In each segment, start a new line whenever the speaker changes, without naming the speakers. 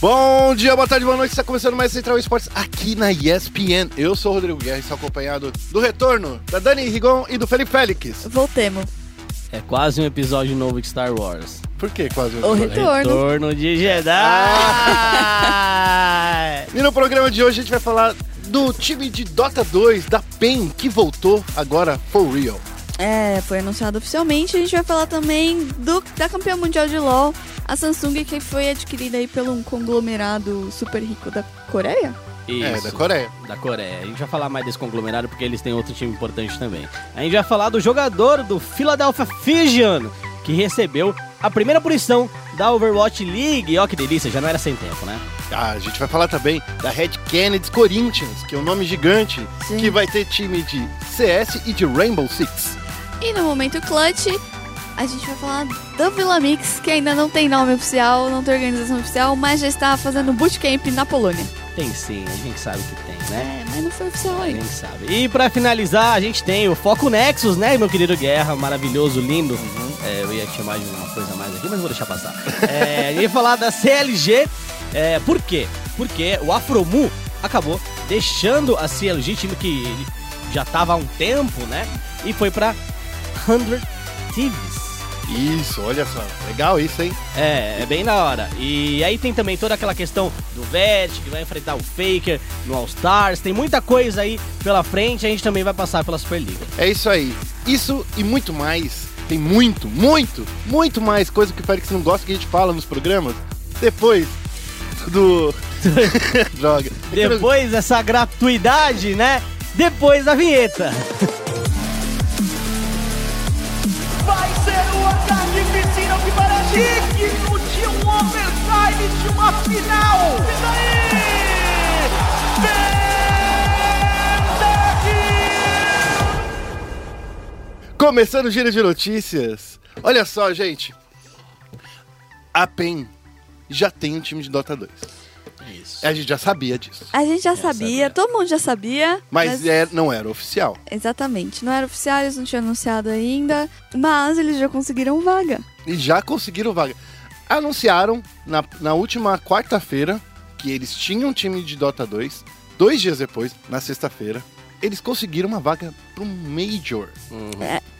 Bom dia, boa tarde, boa noite. Está começando mais Central Esportes aqui na ESPN. Eu sou o Rodrigo Guerra e estou acompanhado do retorno da Dani Rigon e do Felipe Félix.
Voltemos.
É quase um episódio novo de Star Wars.
Por que quase?
O retorno.
Retorno de Jedi!
Ah!
Ah!
E no programa de hoje a gente vai falar do time de Dota 2 da PEN que voltou agora for real.
É, foi anunciado oficialmente. A gente vai falar também do, da campeã mundial de LoL, a Samsung, que foi adquirida aí pelo um conglomerado super rico da Coreia.
É,
Isso,
da Coreia.
da Coreia. A gente vai falar mais desse conglomerado porque eles têm outro time importante também. A gente vai falar do jogador do Philadelphia Fusion, que recebeu a primeira punição da Overwatch League. Ó que delícia, já não era sem tempo, né?
Ah, a gente vai falar também da Red Kennedy Corinthians, que é um nome gigante,
Sim.
que vai ter time de CS e de Rainbow Six.
E no momento clutch, a gente vai falar do Vila Mix, que ainda não tem nome oficial, não tem organização oficial, mas já está fazendo bootcamp na Polônia.
Tem sim, a gente sabe que tem, né?
É, mas não foi oficial
A
ainda.
gente sabe. E pra finalizar, a gente tem o Foco Nexus, né, meu querido Guerra? Maravilhoso, lindo. É, eu ia te chamar de uma coisa a mais aqui, mas vou deixar passar. É, eu ia falar da CLG. É, por quê? Porque o Afromu acabou deixando a CLG, time que ele já tava há um tempo, né? E foi pra 100 Thieves.
Isso, olha só. Legal isso, hein?
É, é bem na hora. E aí tem também toda aquela questão do Vett, que vai enfrentar o Faker no All-Stars. Tem muita coisa aí pela frente. A gente também vai passar pela Superliga.
É isso aí. Isso e muito mais. Tem muito, muito, muito mais coisa que o Félix não gosta que a gente fala nos programas. Depois do. Droga.
Depois dessa gratuidade, né? Depois da vinheta.
Vai ser o ataque piscina que parece digno de um overtime de uma final. E daí?
Começando o giro de notícias. Olha só, gente. A PEN já tem um time de Dota 2.
Isso.
A gente já sabia disso.
A gente já sabia,
sabia.
todo mundo já sabia.
Mas é- não era oficial.
Exatamente. Não era oficial, eles não tinham anunciado ainda, mas eles já conseguiram vaga.
E já conseguiram vaga. Anunciaram na, na última quarta-feira que eles tinham um time de Dota 2. Dois dias depois, na sexta-feira, eles conseguiram uma vaga para um Major.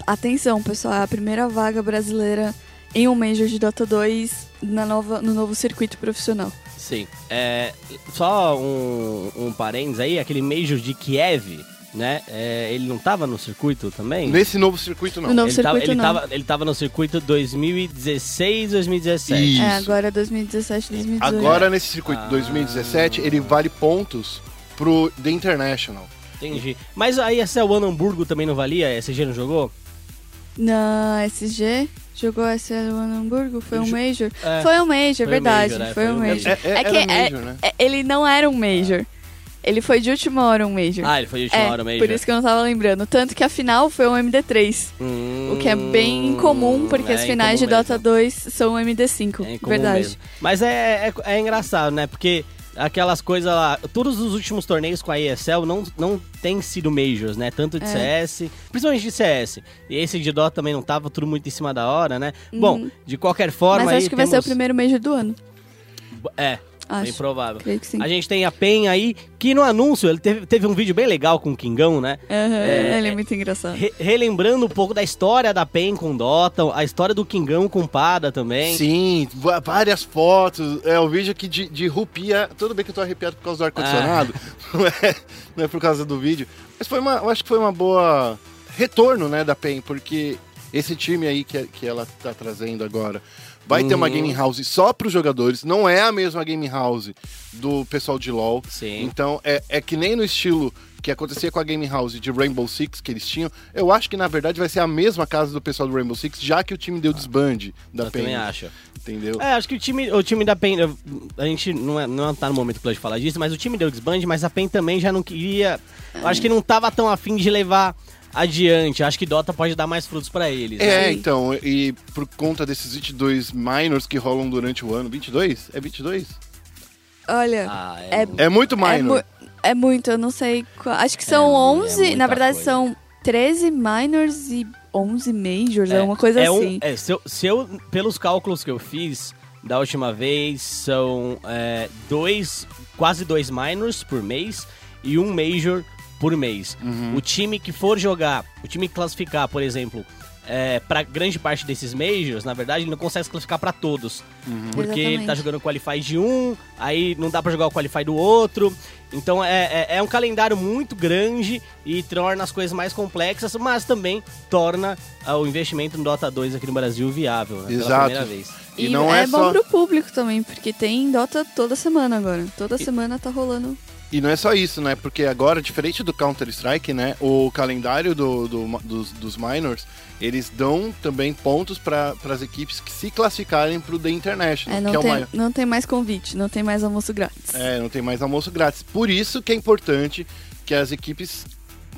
Atenção, pessoal, é a primeira vaga brasileira em um Major de Dota 2 na nova, no novo circuito profissional.
Sim. É, só um, um parênteses aí, aquele Major de Kiev, né? é, ele não tava no circuito também?
Nesse novo circuito, não.
No novo
ele, tava,
circuito
ele,
não.
tava, ele tava no circuito 2016, 2017.
Isso.
É, agora é 2017, 2018.
Agora, nesse circuito
Ah.
2017, ele vale pontos pro The International.
Entendi. Mas aí essa o Hamburgo também não valia? A SG não jogou?
Na SG, jogou a SL Hamburgo, foi um
Ju-
Major.
É.
Foi um Major,
Foi um
verdade,
Major, é,
foi
foi
um
um
Major.
Major. É.
É que
era
é-
Major, né?
É, Ele não era um Major. Ele foi de última hora um Major.
Ah, ele foi de última
é,
hora mesmo.
por isso que eu não tava lembrando. Tanto que a final foi um MD3.
Hum,
O que é bem incomum, porque
é
as finais de
incomum
Dota 2 são um MD5.
mesmo. É incomum
verdade.
mesmo. Mas é, é, é engraçado, né? Porque aquelas coisas lá... Todos os últimos torneios com a ESL não, não tem sido Majors, né?
É.
Tanto de CS, principalmente de CS. E esse de Dota também não tava, tudo muito em cima da hora, né? Bom, de qualquer forma...
Uhum. Mas
aí
acho que vai ser o
temos-
primeiro Major do ano.
É, bem
Acho.
provável.
Creio que sim.
A gente tem a PEN aí, que no anúncio, ele teve, teve um vídeo bem legal com o Kingão, né?
Aham,
É,
ele é muito engraçado.
Re- relembrando um pouco da história da PEN com Dota, a história do Kingão com Pada também.
Sim, va- várias fotos. É o vídeo aqui de, de rupia. Tudo bem que eu tô arrepiado por causa do ar-condicionado.
Ah.
Não, é, não é por causa do vídeo. Mas foi uma, eu acho que foi uma boa retorno, né, da PEN, porque esse time aí que, que ela tá trazendo agora vai ter uma
Uhum.
gaming house só pros jogadores. Não é a mesma gaming house do pessoal de LoL.
Sim.
Então, é, é que nem no estilo que acontecia com a Game House de Rainbow Six que eles tinham, eu acho que na verdade vai ser a mesma casa do pessoal do Rainbow Six, já que o time
Ah.
deu desbande da
Eu
PEN.
também acho.
Entendeu?
É, acho que o time, o time da PEN. eu- A gente não, é, não tá no momento pra gente falar disso, mas o time deu desbande, mas a PEN também já não queria. Eu acho que não tava tão afim de levar adiante. Eu Acho que Dota pode dar mais frutos pra eles. né?
É, então, e por conta desses 22 minors que rolam durante o ano, 22? É 22?
Olha,
Ah, é
é,
muito.
É muito
é,
minor.
mu- é muito, eu não sei. qual- Acho que são
mu- é
11, na
muita
verdade
coisa.
são 13 minors e 11 majors, é, uma coisa
é um-
assim.
é, se eu, se eu- pelos cálculos que eu fiz, da última vez são é, dois, quase dois minors por mês e um major por mês. O time que for jogar, o time que classificar, por exemplo, é, para grande parte desses majors, na verdade, ele não consegue se classificar para todos. Porque ele tá
Exatamente.
jogando o qualify de um, aí não dá pra jogar o qualify do outro. Então é, é, é um calendário muito grande e torna as coisas mais complexas, mas também torna ah, o investimento no Dota 2 aqui no Brasil viável, né? Pela
Exato.
primeira vez.
E
E,
não
é,
é
bom
só-
pro público também, porque tem Dota toda semana agora. Toda semana tá rolando.
E não é só isso, né? Porque agora, diferente do Counter-Strike, né? O calendário do, do- dos, dos minors, eles dão também pontos para as equipes que se classificarem pro The International,
É, não,
que é o
tem,
maior.
não tem mais convite, não tem mais almoço grátis.
É, não tem mais almoço grátis. Por isso que é importante que as equipes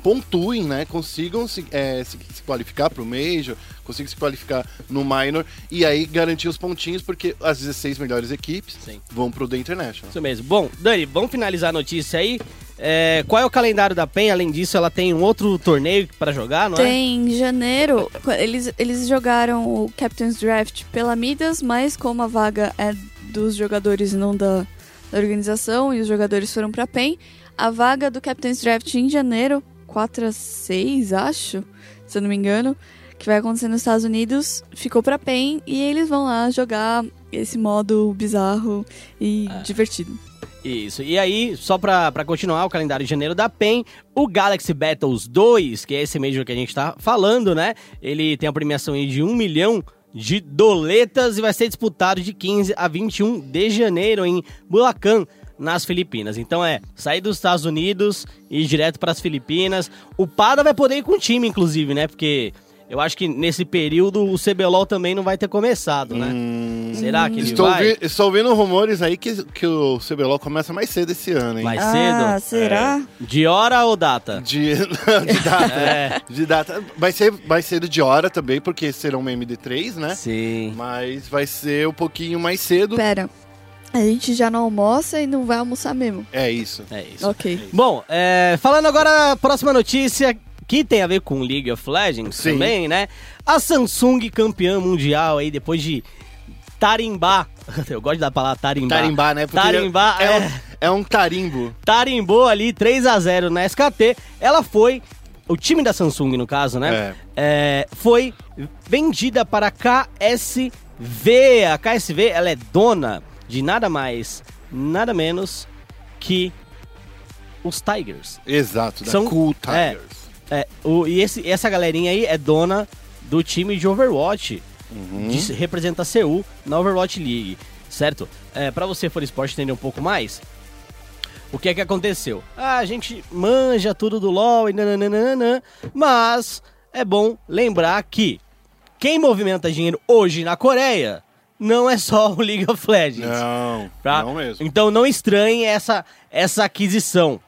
pontuem, né? Consigam se, é, se, se qualificar pro Major, consigam se qualificar no Minor e aí garantir os pontinhos, porque as 16 melhores equipes
Sim.
vão pro The International.
Isso mesmo. Bom, Dani, vamos finalizar a notícia aí. É, qual é o calendário da PEN? Além disso, ela tem um outro torneio pra jogar, não é?
Tem, em janeiro, qu- eles, eles jogaram o Captain's Draft pela Midas, mas como a vaga é dos jogadores e não da, da organização, e os jogadores foram pra PEN, a vaga do Captain's Draft em janeiro, 4 a 6, acho, se eu não me engano, que vai acontecer nos Estados Unidos, ficou pra PEN, e eles vão lá jogar esse modo bizarro e
Ah.
divertido.
Isso. E aí, só pra, pra continuar o calendário de janeiro da PEN, o Galaxy Battles 2, que é esse Major que a gente tá falando, né? Ele tem a premiação aí de 1 milhão de doletas e vai ser disputado de 15 a 21 de janeiro em Bulacan, nas Filipinas. Então é, sair dos Estados Unidos e ir direto pras Filipinas. O Pada vai poder ir com o time, inclusive, né? Porque eu acho que nesse período o CBLOL também não vai ter começado, né? Será que ele
Hum, Estou,
vai?
ouvi- estou ouvindo rumores aí que, que o CBLOL começa mais cedo esse ano, hein?
Mais
Ah,
É cedo?
será?
De hora ou data?
De, de data.
É.
De data. Vai ser mais cedo de hora também, porque será uma MD3, né?
Sim.
Mas vai ser um pouquinho mais cedo.
É. Pera, a gente já não almoça e não vai almoçar mesmo.
É isso.
É isso.
Ok.
Bom, é, falando agora, a próxima notícia que tem a ver com League of Legends
Sim.
também, né? A Samsung campeã mundial aí, depois de tarimbar. Eu gosto da palavra tarimbar.
Tarimbá, né? Porque
Tarimbá,
é,
é.
um, é um tarimbo.
Tarimbou ali 3 a 0 na SKT. Ela foi. O time da Samsung, no caso, né? É, foi vendida para a KSV. A KSV ela é dona de nada mais, nada menos que os Tigers.
Exato, da
São-
Cool
é.
Tigers.
É, o, e esse- essa galerinha aí é dona do time de Overwatch. De, representa a CU na Overwatch League, certo? É, para você for esporte entender um pouco mais, o que é que aconteceu? Ah, a gente manja tudo do LoL e nananana, mas é bom lembrar que quem movimenta dinheiro hoje na Coreia não é só o League of Legends.
Não,
Tá?
não mesmo.
Então não estranhe essa, essa aquisição,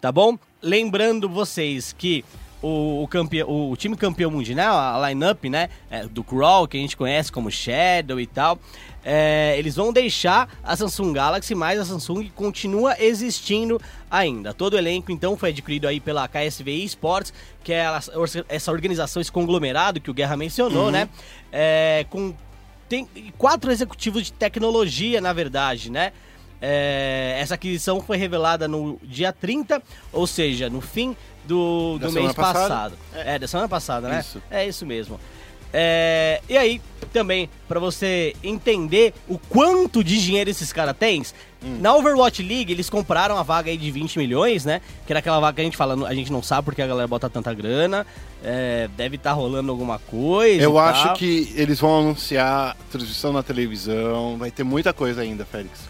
tá bom? Lembrando vocês que o, o campeão, o, time campeão mundial, a lineup, né, é, do Crawl, que a gente conhece como Shadow e tal, é, eles vão deixar a Samsung Galaxy, mas a Samsung continua existindo ainda. Todo o elenco, então, foi adquirido aí pela KSV Esports, que é ela- essa organização, esse conglomerado que o Guerra mencionou,
Uhum.
né, é, com tem quatro executivos de tecnologia, na verdade, né? É, essa aquisição foi revelada no dia 30, ou seja, no fim do,
Da
do
semana
mês
passada.
passado. É. da semana passada, né?
Isso.
É isso mesmo. É, e aí, também, pra você entender o quanto de dinheiro esses caras têm,
Hum.
na Overwatch League eles compraram a vaga aí de 20 milhões, né? Que era aquela vaga que a gente fala, a gente não sabe porque a galera bota tanta grana. É, deve estar rolando alguma coisa.
Eu
e
acho
tal.
que eles vão anunciar transmissão na televisão, vai ter muita coisa ainda, Félix.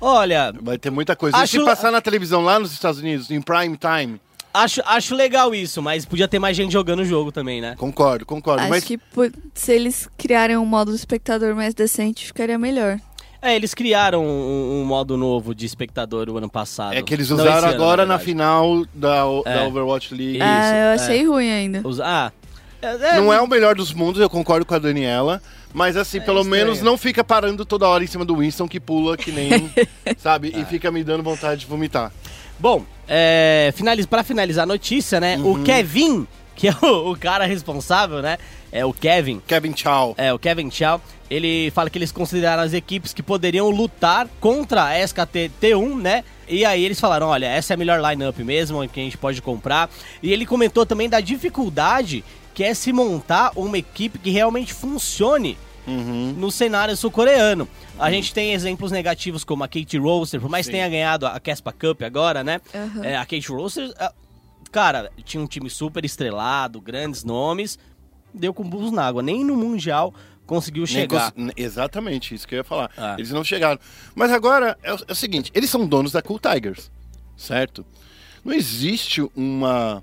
Olha,
Vai ter muita coisa.
Acho-
E se passar na televisão lá nos Estados Unidos, em prime time,
Acho, acho legal isso, mas podia ter mais gente jogando o jogo também, né?
concordo, concordo.
Acho
mas
que po- se eles criarem um modo espectador mais decente, ficaria melhor.
É, eles criaram um, um modo novo de espectador o ano passado.
é que eles
Não, esse
usaram
ano,
agora na
verdade.
final da, da
É.
Overwatch League.
Isso,
ah, eu
é.
achei ruim ainda.
Usa- Ah, é,
Não é o melhor dos mundos, eu concordo com a Daniela. Mas assim, pelo
estranho.
menos não fica parando toda hora em cima do Winston que pula que nem, sabe?
Ah.
E fica me dando vontade de vomitar. Uhum.
Bom, é, finaliz... para finalizar a notícia, né? O Kevin, que é o, o cara responsável, né? É o Kevin.
Kevin Chow.
É, o Kevin Chow, ele fala que eles consideraram as equipes que poderiam lutar contra a SKT T1, né? E aí eles falaram, olha, essa é a melhor lineup mesmo, que a gente pode comprar. E ele comentou também da dificuldade que é se montar uma equipe que realmente funcione
Uhum.
no cenário sul-coreano. A gente tem exemplos negativos como a Kate Roaster, por mais que tenha ganhado a Caspa Cup agora, né?
Aham.
É, a Kate Roaster, ah, cara, tinha um time super estrelado, grandes nomes, deu com burros na água. Nem no Mundial conseguiu
Nem
chegar.
cons- Exatamente, isso que eu ia falar.
Ah.
Eles não chegaram. Mas agora é o, é o seguinte: eles são donos da Cool Tigers, certo? Não existe uma.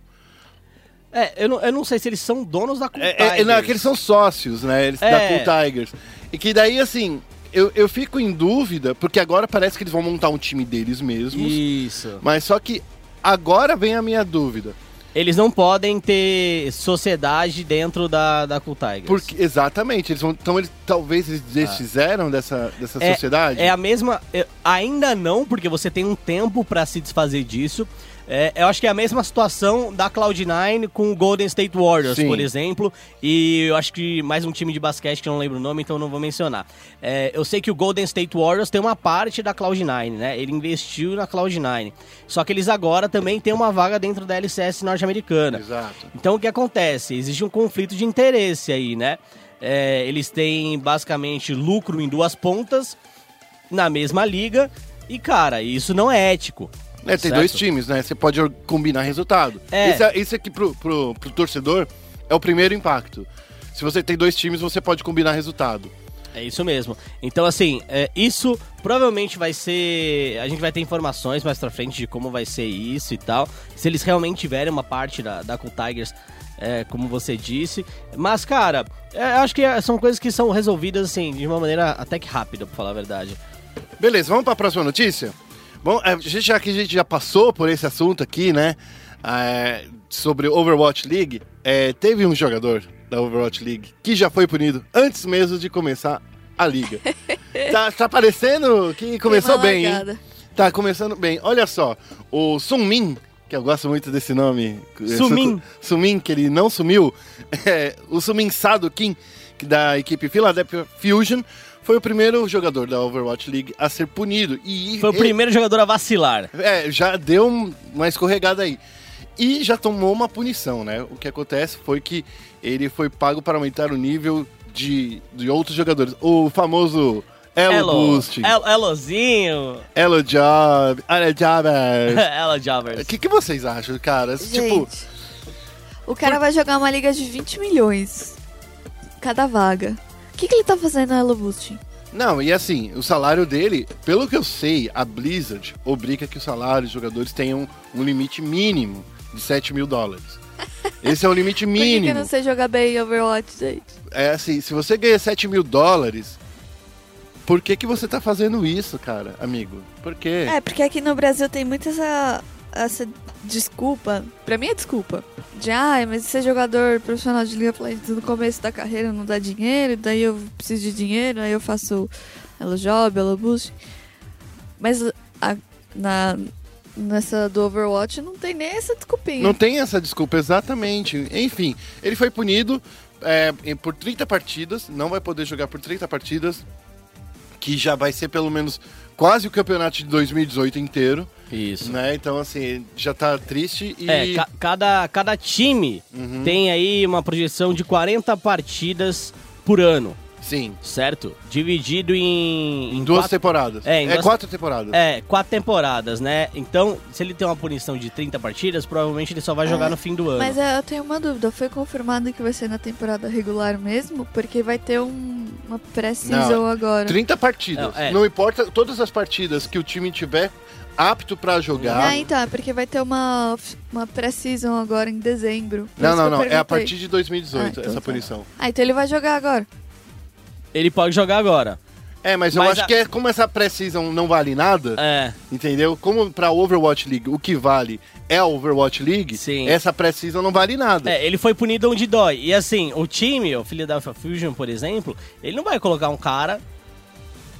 É, eu não, eu não sei se eles são donos da Cool
É, é,
Tigers.
não, é que eles são sócios, né? Eles
É.
da Cool Tigers. E que daí, assim, eu, eu fico em dúvida, porque agora parece que eles vão montar um time deles mesmos.
Isso.
Mas só que agora vem a minha dúvida.
Eles não podem ter sociedade dentro da, da Cool Tigers.
Porque, exatamente, eles vão. Então, eles, talvez eles desfizeram dessa, dessa
Ah. É-
sociedade.
É a mesma. é, Ainda não, porque você tem um tempo pra se desfazer disso. É, eu acho que é a mesma situação da Cloud9 com o Golden State Warriors,
Sim.
por exemplo. E eu acho que mais um time de basquete que eu não lembro o nome, então eu não vou mencionar. É, eu sei que o Golden State Warriors tem uma parte da Cloud9, né? Ele investiu na Cloud9. Só que eles agora também têm uma vaga dentro da LCS norte-americana.
Exato.
Então o que acontece? Existe um conflito de interesse aí, né? É, eles têm basicamente lucro em duas pontas, na mesma liga, e cara, isso não é ético.
É, tem
certo?
dois times, né? Você pode or- combinar resultado.
É.
Isso, é- isso aqui pro, pro, pro torcedor é o primeiro impacto. Se você tem dois times, você pode combinar resultado.
É isso mesmo. Então, assim, é, isso provavelmente vai ser. A gente vai ter informações mais pra frente de como vai ser isso e tal. Se eles realmente tiverem uma parte da, da Cool Tigers, é, como você disse. Mas, cara, é, eu acho que é, são coisas que são resolvidas, assim, de uma maneira até que rápida, pra falar a verdade.
Beleza, vamos para a próxima notícia? Bom, é, a gente, já que a gente já passou por esse assunto aqui, né? é, sobre Overwatch League, é, teve um jogador da Overwatch League que já foi punido antes mesmo de começar a liga. tá, tá parecendo que começou
Dei uma
bem, hein?
largada.
Tá começando bem. Olha só, o Sunmin, que eu gosto muito desse nome.
Sumin.
Sumin, que ele não sumiu. É, o Sumin Sado Kim, que da equipe Philadelphia Fusion, foi o primeiro jogador da Overwatch League a ser punido. E
Foi o
e-
primeiro jogador a vacilar.
é, já deu um- uma escorregada aí. E já tomou uma punição, né? O que acontece foi que ele foi pago para aumentar o nível de, de outros jogadores. O famoso Elo, É Boost,
El- É Elozinho.
Elo Job, Elo Jobbers.
Elo
O
Javers.
É, que, que vocês acham, cara? Tipo,
Gente, o cara vai jogar uma liga de 20 milhões cada vaga. O que, que ele tá fazendo na Hello Boost?
não, e assim, o salário dele, pelo que eu sei, a Blizzard obriga que o salário dos jogadores tenham um limite mínimo de 7 mil dólares. Esse é o limite
Por que, que eu
mínimo.
não sei jogar bem Overwatch, gente?
É assim, se você ganha 7 mil dólares, por que, que você tá fazendo isso, cara, amigo? Por quê?
É, porque aqui no Brasil tem muita essa, essa desculpa. Pra mim é desculpa. De, ai, mas ser jogador profissional de Liga Play no começo da carreira não dá dinheiro, daí eu preciso de dinheiro, aí eu faço Hello Job, Hello Boost. Mas a- na, nessa do Overwatch não tem nem essa desculpinha.
Não tem essa desculpa, exatamente. Enfim, ele foi punido é, em- por 30 partidas, não vai poder jogar por 30 partidas, que já vai ser pelo menos quase o campeonato de 2018 inteiro,
Isso.
né? Então, assim, já tá triste e.
É, ca- cada, cada time
Uhum.
tem aí uma projeção de 40 partidas por ano,
Sim,
certo? Dividido em, em
duas
quatro,
temporadas.
É,
É,
em duas-
quatro temporadas.
é, quatro temporadas, né? Então, se ele tem uma punição de 30 partidas, provavelmente ele só vai jogar
É,
no fim do ano.
Mas é, eu tenho uma dúvida, foi confirmado que vai ser na temporada regular mesmo? Porque vai ter um- uma pré-season
Não,
agora.
30 partidas.
Não, é.
Não importa todas as partidas que o time tiver apto pra jogar.
Ah, então, é porque vai ter uma, uma pré-season agora em dezembro. Por
Não,
isso
não,
que eu
não. É a
perguntei.
partir de 2018
Ah, então
essa
tá.
punição.
Ah, então ele vai jogar agora.
Ele pode jogar agora.
É, mas eu
Mas
acho
a-
que é, como essa pré-season não vale nada,
É,
Entendeu? Como pra Overwatch League o que vale é a Overwatch League,
Sim.
essa pré-season não vale nada.
é, ele foi punido onde dói. E assim, o time, o filho da Fusion, por exemplo, ele não vai colocar um cara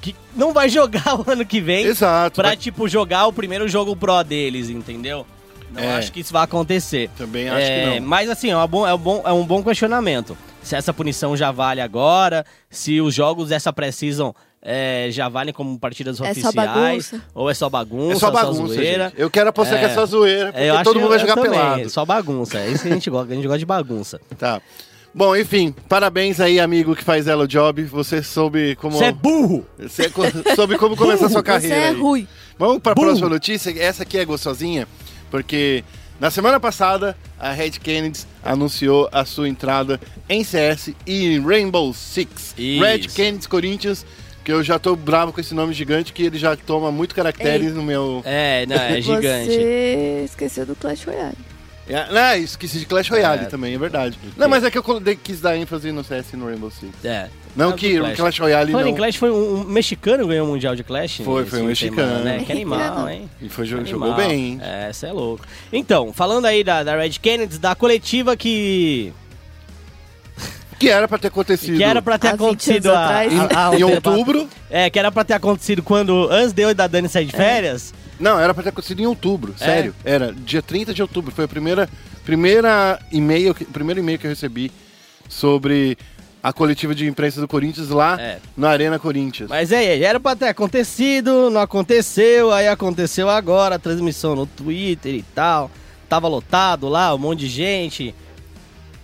que não vai jogar o ano que vem
Exato.
pra, tipo, jogar o primeiro jogo pro deles, entendeu? Não
É.
acho que isso vai acontecer.
Também acho
É,
que não.
Mas assim, é, uma bom- é um bom, é um bom questionamento. Se essa punição já vale agora, se os jogos dessa precisam já valem como partidas
É só
oficiais.
bagunça.
Ou é só bagunça,
É só bagunça,
zoeira.
gente. Eu quero apostar que é só zoeira, porque
É, eu acho
todo mundo vai
eu
jogar
também,
pelado.
É só bagunça. É isso que a gente gosta. A gente gosta de bagunça.
Tá. Bom, enfim, parabéns aí, amigo que faz Hello Job. Você soube como.
Você é burro!
Você co- soube como começar sua
Você
carreira.
é
aí.
ruim.
Vamos para a
Burro.
próxima notícia. Essa aqui é gostosinha, porque na semana passada a Red Kennedy anunciou a sua entrada em CS e em Rainbow Six.
Isso.
Red Kennedy Corinthians, que eu já tô bravo com esse nome gigante que ele já toma muito caractere no meu.
É, não, é gigante.
Você esqueceu do Clash Royale.
É, ah, esqueci de Clash Royale
É.
também, é verdade. Não, mas é que eu colo- dei- quis dar ênfase no CS e no Rainbow Six.
É.
Não
Ah,
que
do
o Clash Royale
Falando em
não.
Clash, foi um, um mexicano que ganhou o Mundial de Clash?
Foi, foi um
esse fim de
mexicano.
semana, né? Que animal, hein?
E foi, jo-
Animal.
jogou bem, hein?
É, você é louco. Então, falando aí da, da Red Kennedy, da coletiva que,
Que era pra ter acontecido.
que era pra ter
Há 20
acontecido
anos
há-
atrás.
há- há um
em
tempo
outubro.
atrás. É, que era pra ter acontecido quando, antes de eu e da Dani sair
É.
de férias,
Não, era pra ter acontecido em outubro,
É?
sério. Era dia 30 de outubro. Foi a primeira, primeira e-mail, que- primeiro e-mail que eu recebi sobre a coletiva de imprensa do Corinthians lá
É.
na Arena Corinthians.
Mas é, era pra ter acontecido, não aconteceu, aí aconteceu agora, a transmissão no Twitter e tal. Tava lotado lá, um monte de gente,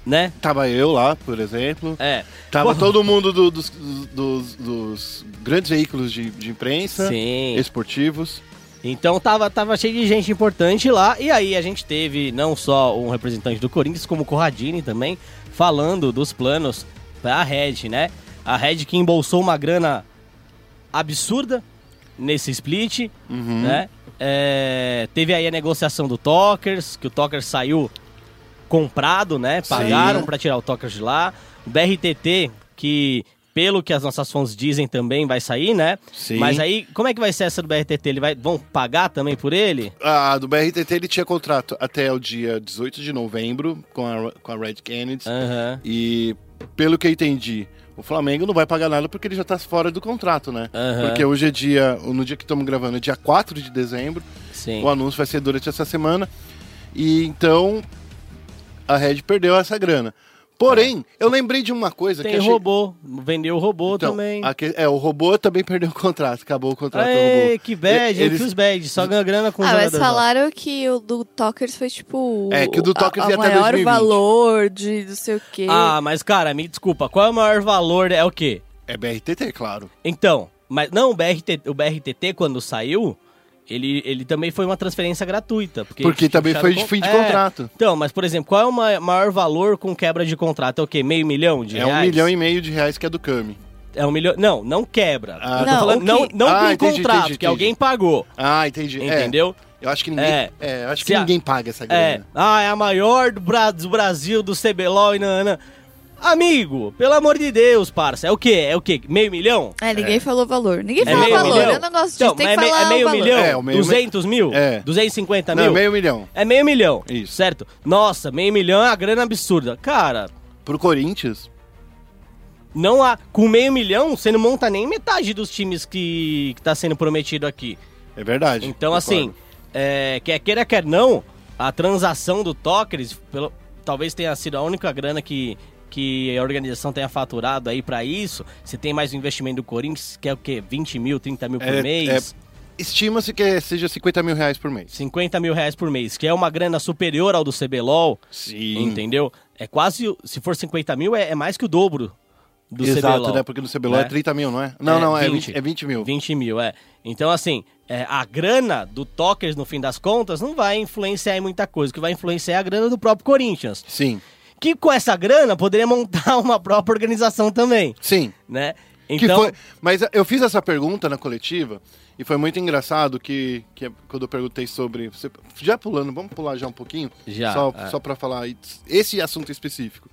né?
Tava eu lá, por exemplo.
É.
Tava
Pô,
todo mundo do- dos, dos- dos grandes veículos de, de imprensa,
Sim.
esportivos.
Então tava, tava cheio de gente importante lá, e aí a gente teve não só um representante do Corinthians, como o Corradini também, falando dos planos pra Red, né? A Red que embolsou uma grana absurda nesse split,
Uhum.
né? É, teve aí a negociação do Tokers, que o Tokers saiu comprado, né? Pagaram pra tirar o Tokers de lá. O BRTT, que pelo que as nossas fontes dizem também vai sair, né?
Sim.
Mas aí, como é que vai ser essa do BRTT? Ele vai, vão pagar também por ele?
Ah, do BRTT ele tinha contrato até o dia 18 de novembro com a, com a Red Kennedy.
Aham.
E pelo que eu entendi, o Flamengo não vai pagar nada porque ele já tá fora do contrato, né?
Aham.
Porque hoje é dia, no dia que estamos gravando, é dia 4 de dezembro.
Sim.
O anúncio vai ser durante essa semana. E então a Red perdeu essa grana. Porém, eu lembrei de uma coisa
Tem
que achei...
robô. Vendeu o robô
Então,
também.
aque- É, o robô também perdeu o contrato, acabou o contrato do
Ei,
robô.
que
Eles-
bad, eles... os bad, só ganha grana com o
Ah, mas
jogador.
falaram que o do Tokers foi tipo.
É, que o do Tokers
a-
ia
O
até
maior
2020.
valor de não sei o quê.
Ah, mas cara, me desculpa, qual é o maior valor? É o quê?
É BRTT, claro.
Então, mas não, o, BRT, o BRTT quando saiu, ele, ele também foi uma transferência gratuita. Porque,
Porque
eles
também foi de
fecharam
fim de
é.
contrato.
Então, mas por exemplo, qual é o ma- maior valor com quebra de contrato? É o quê? Meio milhão de
é
reais?
um milhão e meio de reais que é do Kami.
É um milhão. Não, não quebra.
Ah,
Eu tô
Não,
falando,
o
não,
que-
não
Ah,
com
entendi,
contrato,
entendi,
que
entendi.
alguém pagou.
Ah, entendi. É,
Entendeu?
eu acho que ninguém.
É.
É, eu acho que
Se a-
ninguém paga essa grana.
É. Ah, é a maior do, Bra- do Brasil, do CBLOL e nanana. Amigo, pelo amor de Deus, parça. É o quê? É o quê? Meio milhão?
É, ninguém falou valor. Ninguém
É
falou
meio
valor. né?
milhão?
Eu não gosto disso.
Então,
Tem que
é, me-
falar
é
o
meio
valor.
milhão?
É, o meio-
200 mil?
É.
250
Não,
mil?
meio milhão.
É meio milhão.
Isso.
Certo? Nossa, meio milhão é uma grana absurda. Cara,
Pro Corinthians?
não há. Com meio milhão, você não monta nem metade dos times que, que tá sendo prometido aqui.
É verdade.
Então,
concordo.
assim, é, quer queira, quer não, a transação do Tóqueres, pelo, talvez tenha sido a única grana que, que a organização tenha faturado aí pra isso. Você tem mais um investimento do Corinthians, que é o quê? 20 mil, 30 mil por
É,
mês?
Estima-se que seja 50 mil reais por mês.
50 mil reais por mês, que é uma grana superior ao do CBLOL,
Sim.
entendeu? É quase, o- se for 50 mil, é, é mais que o dobro do
Exato,
CBLOL.
né? Porque no CBLOL é
né?
30 mil, não é? Não, não, é
20.
20, é 20 mil.
20 mil, é. Então, assim, é, a grana do Tokers, no fim das contas, não vai influenciar em muita coisa. O que vai influenciar é a grana do próprio Corinthians.
Sim,
Que com essa grana poderia montar uma própria organização também,
sim.
né?
Que
Então,
foi- mas eu fiz essa pergunta na coletiva e foi muito engraçado que, que é quando eu perguntei sobre. você- já pulando, vamos pular já um pouquinho?
Já,
Só,
é.
só para falar aí, esse assunto específico.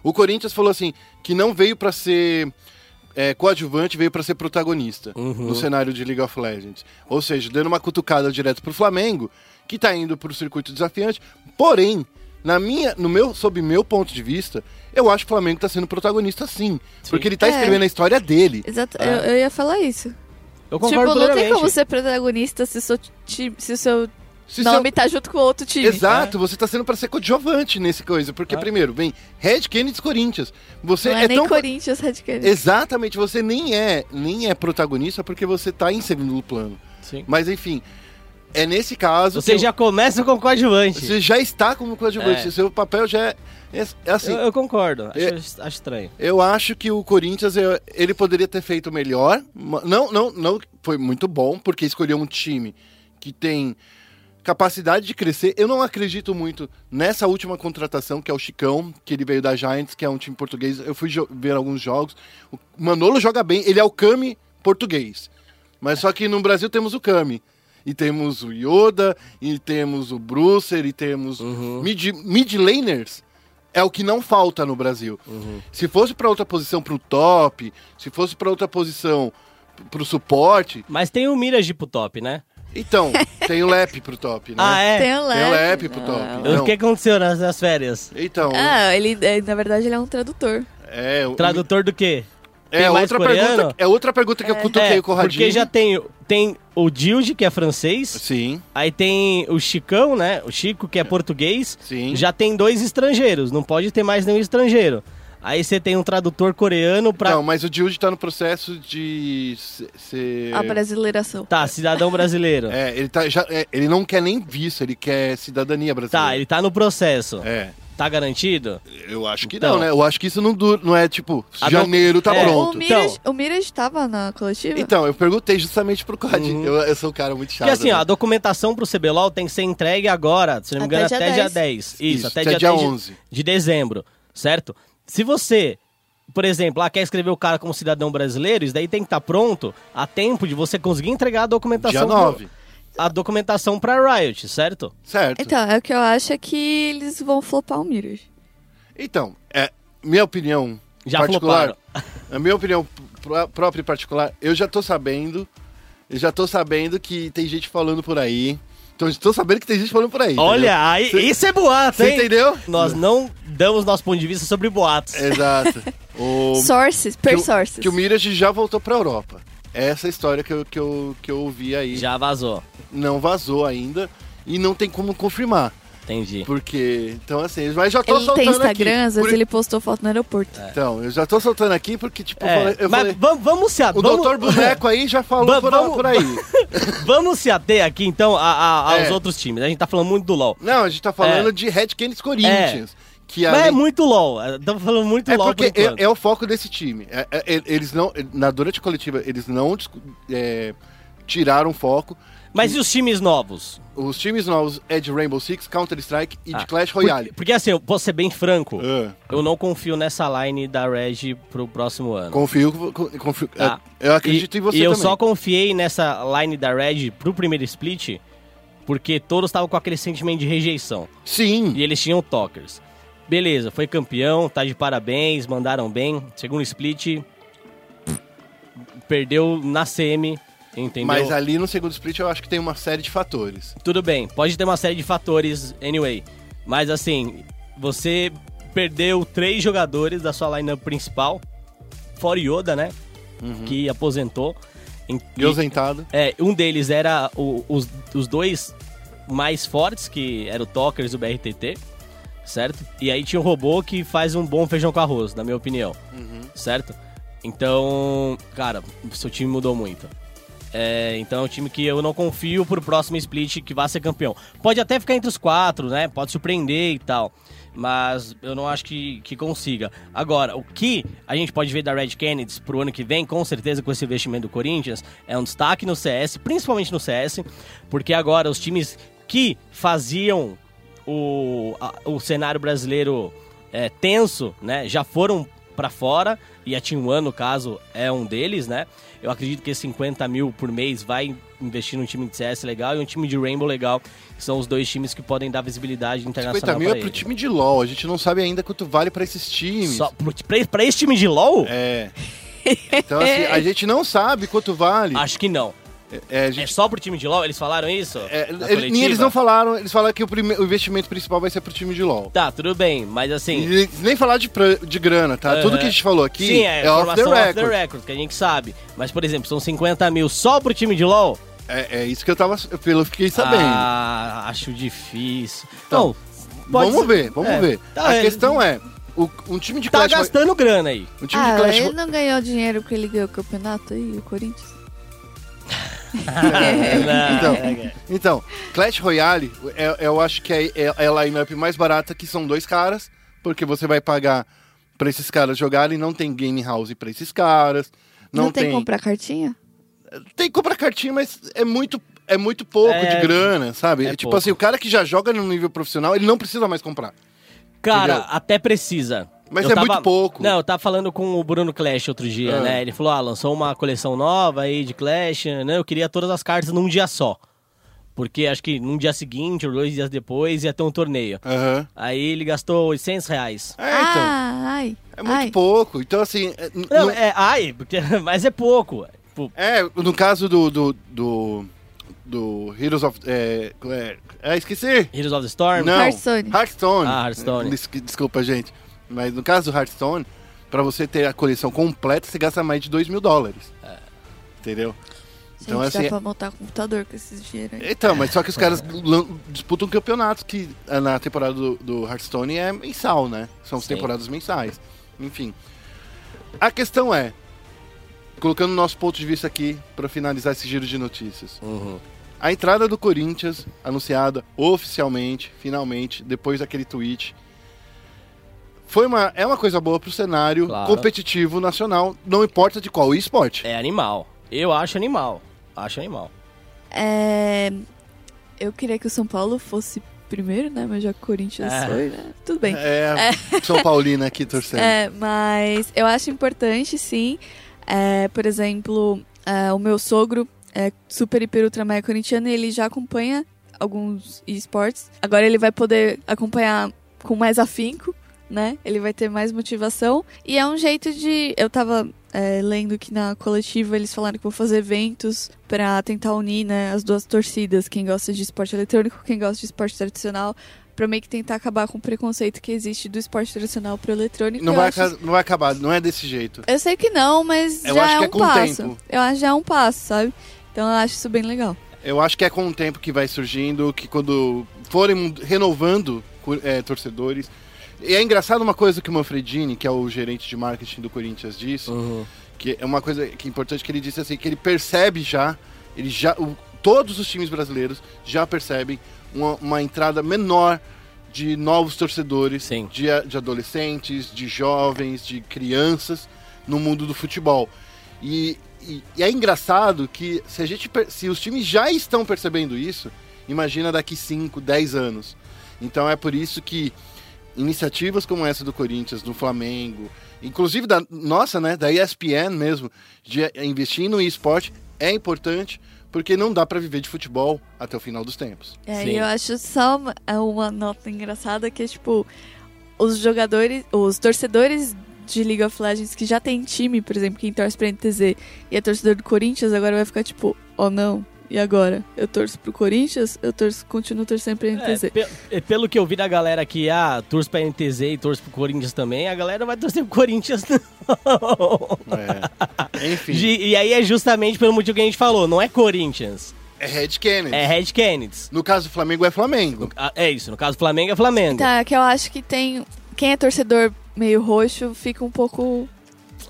O Corinthians falou assim: que não veio para ser é, coadjuvante, veio para ser protagonista
Uhum.
no cenário de League of Legends. Ou seja, dando uma cutucada direto pro Flamengo, que tá indo pro circuito desafiante. Porém, na minha, no meu, sob meu ponto de vista, eu acho que o Flamengo tá sendo protagonista sim. Porque ele tá
É.
escrevendo a história dele.
Exato,
Ah.
eu, eu ia falar isso. Tipo,
eu concordo
não tem
plenamente.
como ser protagonista se o seu ti- se o seu
Se seu-
nome é. tá junto com o outro time.
Exato, você tá sendo pra ser coadjuvante nesse coisa. Porque,
Ah.
primeiro, vem Red Canids Corinthians. Você
Não é,
é
nem
tão.
Corinthians, Red Canids.
Exatamente, você nem é, nem é protagonista porque você tá em segundo plano.
Sim.
Mas enfim, é nesse caso.
Você
que
já começa com o coadjuvante.
você já está como coadjuvante.
É.
Seu papel já é. é- é assim,
eu, eu concordo. Acho,
É.
acho estranho.
eu acho que o Corinthians eu- ele poderia ter feito melhor. ma- Não, não, não foi muito bom porque escolheu um time que tem capacidade de crescer. Eu não acredito muito nessa última contratação que é o Chicão, que ele veio da Giants, que é um time português. Eu fui jo- ver alguns jogos. O Manolo joga bem, ele é o Kami português. Mas só que no Brasil temos o Kami. E temos o Yoda, e temos o Brucer, e temos mid, mid laners. É o que não falta no Brasil. Se fosse para outra posição, pro top, se fosse para outra posição, pro suporte,
Mas tem o Mirage pro top, né?
então, tem o Lep pro top, né?
Ah, é?
Tem um o Lep.
Tem o Lep pro
não.
top.
Eu-
Não.
Ah, O que aconteceu nas, nas férias?
Então,
Ah, ele, é, na verdade, ele é um tradutor.
é, o-
Tradutor do quê?
é,
tem mais
outra
coreano?
pergunta, é outra pergunta que eu cutuquei
é,
o Corradinho.
porque já tem, tem o Dilde, que é francês.
Sim,
Aí tem o Chicão, né? O Chico, que é português.
sim.
Já tem dois estrangeiros. Não pode ter mais nenhum estrangeiro. Aí você tem um tradutor coreano pra...
Não, mas o Jude tá no processo de se- ser...
A brasileiração.
Tá, cidadão brasileiro.
É, ele, tá, já, é, ele não quer nem visto, ele quer cidadania brasileira.
Tá, ele tá no processo.
É,
Tá garantido?
eu acho que
Então.
não, né? Eu acho que isso não dura, não é tipo,
Ah, não-
janeiro tá
É.
O
pronto.
Mirage, o Mirage tava na coletiva?
Então, eu perguntei justamente pro Corradinho.
Uhum.
Eu, eu sou um cara muito chato.
Porque assim,
né?
ó, a documentação pro CBLOL tem que ser entregue agora, se não me
Até
engano,
dia
até dia
10.
10. Isso, até,
isso é
dia, 10 de-
11.
de dezembro, certo? Se você, por exemplo, ah, quer escrever o cara como cidadão brasileiro, isso daí tem que estar pronto a tempo de você conseguir entregar a documentação.
Dia 9.
pro- a documentação pra Riot, certo?
Certo.
Então, é o que eu acho é que eles vão flopar o Mirage.
Então, é, minha opinião
Já
particular.
floparam.
A minha opinião pr- própria e particular, eu já tô sabendo. Eu já tô sabendo que tem gente falando por aí. Então, eu tô sabendo que tem gente falando por aí.
Olha, aí,
Cê-
isso é boato,
Você
hein?
entendeu? É.
Nós não damos nosso ponto de vista sobre boatos.
Exato. O,
Sources,
que
per
o-
sources.
Que o Mirage já voltou pra Europa. Essa é a história que eu, que, eu, que eu ouvi aí.
Já vazou,
Não vazou ainda. E não tem como confirmar.
entendi.
Porque. Então, assim, mas já tô
Ele
soltando
tem Instagram,
aqui.
às vezes
Por-
ele postou foto no aeroporto.
Então, eu já tô soltando aqui porque, tipo, eu falei-
É,
eu
mas
falei-
vamos, vamos se
o
ater.
doutor Boneco aí já falou
Vamos-
por,
vamos-
por aí.
Vamos se ater aqui, então, a- a- aos
É.
outros times. A gente tá falando muito do LoL.
Não, a gente tá falando
É.
de Red Canids Corinthians. Que
Mas é
além-
muito LOL. Estamos falando muito
É
LOL
porque
por enquanto.
é, é o foco desse time. É- é- é- eles não, na durante a coletiva, eles não discu- é, tiraram o foco.
Mas e os times novos?
Os times novos é de Rainbow Six, Counter Strike e
Ah,
de Clash
Porque,
Royale.
porque, assim, eu posso ser bem franco.
Ah,
Eu não confio nessa line da Reg pro próximo ano.
confio, co- confio-
Tá.
é, eu acredito
e,
em você
E eu
também.
só confiei nessa line da Reg pro primeiro split porque todos estavam com aquele sentimento de rejeição.
Sim.
E eles tinham talkers. Beleza, foi campeão, tá de parabéns, mandaram bem. Segundo split, perdeu na semi, entendeu?
Mas ali no segundo split eu acho que tem uma série de fatores.
Tudo bem, pode ter uma série de fatores, anyway. Mas assim, você perdeu três jogadores da sua lineup principal, fora o Yoda, né? Que aposentou. Em-
E ausentado.
é, um deles era o- os, os dois mais fortes, que eram o Talkers e o BRTT, certo? E aí tinha o robô que faz um bom feijão com arroz, na minha opinião, certo? Então, cara, seu time mudou muito. É, então é um time que eu não confio pro próximo split que vá ser campeão. Pode até ficar entre os quatro, né? Pode surpreender e tal. Mas eu não acho que, que consiga. Agora, o que a gente pode ver da Red Canids pro ano que vem, com certeza com esse investimento do Corinthians, é um destaque no CS, principalmente no CS, porque agora os times que faziam o, a- o cenário brasileiro é, tenso, né? Já foram pra fora e a Team One, no caso, é um deles, né? Eu acredito que 50 mil por mês vai investir num time de CS legal e um time de Rainbow legal, que são os dois times que podem dar visibilidade internacional
50 mil
pra
é pro
ele.
time de LoL. A gente não sabe ainda quanto vale pra esses times.
Só pro- pra, pra esse time de LoL?
É. Então, assim, a gente não sabe quanto vale.
Acho que não.
É, a
É
gente-
só pro time de LoL? Eles falaram isso?
é, ele-
Na
nem
coletiva?
eles não falaram, eles falaram que o, prime- o investimento principal vai ser pro time de LoL.
Tá, tudo bem, mas assim.
E eles nem falar de, pra- de grana, tá?
Aham.
Tudo que a gente falou aqui
Sim, é,
é off the
informação off the
record.
record, que a gente sabe. Mas, por exemplo, são 50 mil só pro time de LoL?
É, é isso que eu tava. Pelo que fiquei sabendo.
Ah, acho difícil.
Tá Então,
Não, pode
vamos
ser-
ver, vamos
é,
ver.
tá,
a
é,
questão é: o- um time de
Tá
Clash.
gastando grana aí.
Um time de
Ah,
Clash.
ele não ganhou dinheiro porque ele ganhou o campeonato aí, o Corinthians?
Então,
é.
então, Clash Royale, é- eu acho que é, é, é a lineup mais barata, que são dois caras, porque você vai pagar pra esses caras jogarem, não tem game house pra esses caras, não,
Não, tem que comprar cartinha?
Tem que comprar cartinha, mas é muito, é muito pouco
É,
de grana, sabe?
é
tipo
pouco.
assim, o cara que já joga no nível profissional, ele não precisa mais comprar.
Cara,
Entendeu?
até precisa.
Mas é muito pouco.
Não, eu tava falando com o Bruno Clash outro dia,
Ah.
né? Ele falou, ah, lançou uma coleção nova aí de Clash, né? Eu queria todas as cartas num dia só. Porque acho que num dia seguinte, ou dois dias depois, ia ter um torneio.
Aham.
Aí ele gastou 800 reais.
É, então.
Ah, ai.
É muito
ai.
pouco. Então, assim. é, n-
Não,
não-
é, ai, porque- mas é pouco. Tipo,
É, no caso do. do, do, do Heroes of. É, é, é, esqueci!
Heroes of the Storm. né?
Não,
Hearthstone.
Hearthstone.
Ah, Hearthstone.
Des- desculpa, gente. Mas no caso do Hearthstone, pra você ter a coleção completa, você gasta mais de 2 mil dólares.
É.
Entendeu?
Gente,
Então,
dá
assim,
pra montar computador com esses dinheiro aí.
Então, mas só que os
É.
caras lan- disputam campeonatos que eh, na temporada do, do Hearthstone é mensal, né? São as
Sim.
temporadas mensais. Enfim. A questão é, colocando o nosso ponto de vista aqui pra finalizar esse giro de notícias.
Uhum.
A entrada do Corinthians, anunciada oficialmente, finalmente, depois daquele tweet. Foi uma, é uma coisa boa pro cenário
Claro.
competitivo nacional, não importa de qual esporte.
É animal. Eu acho animal. Acho animal.
É, Eu queria que o São Paulo fosse primeiro, né? Mas já que o Corinthians
É.
foi, né? Tudo bem.
É, São Paulina aqui torcendo.
É, mas eu acho importante, sim. É, por exemplo, é, o meu sogro é super, hiper, ultra, mega corintiano e ele já acompanha alguns esportes. Agora ele vai poder acompanhar com mais afinco, né? Ele vai ter mais motivação. E é um jeito de... Eu tava é, lendo que na coletiva eles falaram que vão fazer eventos pra tentar unir né, as duas torcidas, quem gosta de esporte eletrônico, quem gosta de esporte tradicional, pra meio que tentar acabar com o preconceito que existe do esporte tradicional pro eletrônico.
Não
eu,
vai,
acho-
aca- não vai acabar, não é desse jeito.
eu sei que não, mas
Eu
já
acho
é
que
um
é com o
passo.
tempo.
Eu acho que já é um passo, sabe? Então eu acho isso bem legal.
Eu acho que é com o tempo que vai surgindo, que quando forem renovando cu- é, torcedores. E é engraçado uma coisa que o Manfredini, que é o gerente de marketing do Corinthians, disse, que é uma coisa que é importante que ele disse assim, que ele percebe já, ele já o- todos os times brasileiros já percebem uma, uma entrada menor de novos torcedores,
Sim.
De, a- de adolescentes, de jovens, de crianças no mundo do futebol. E, e- e é engraçado que se a gente per- se os times já estão percebendo isso, imagina daqui 5, 10 anos. Então é por isso que iniciativas como essa do Corinthians, do Flamengo, inclusive da nossa, né, da ESPN mesmo, de investir no esporte é importante porque não dá pra viver de futebol até o final dos tempos.
É,
Sim.
e eu acho só uma, é uma nota engraçada que é tipo os jogadores, os torcedores de League of Legends que já tem time, por exemplo, quem torce pra NTZ e é torcedor do Corinthians, agora vai ficar tipo, oh não, e agora? Eu torço pro Corinthians, eu torço, continuo torcendo pra NTZ.
É, pe- é, pelo que eu vi da galera que ah, torce pra NTZ e torce pro Corinthians também, a galera vai torcer pro Corinthians não.
É. Enfim,
De- e aí é justamente pelo motivo que a gente falou, não é Corinthians,
é Red Kennedy.
é Red Canids.
No caso do Flamengo é Flamengo.
Ah, É isso, no caso Flamengo é Flamengo.
Tá, que eu acho que tem. Quem é torcedor meio roxo fica um pouco.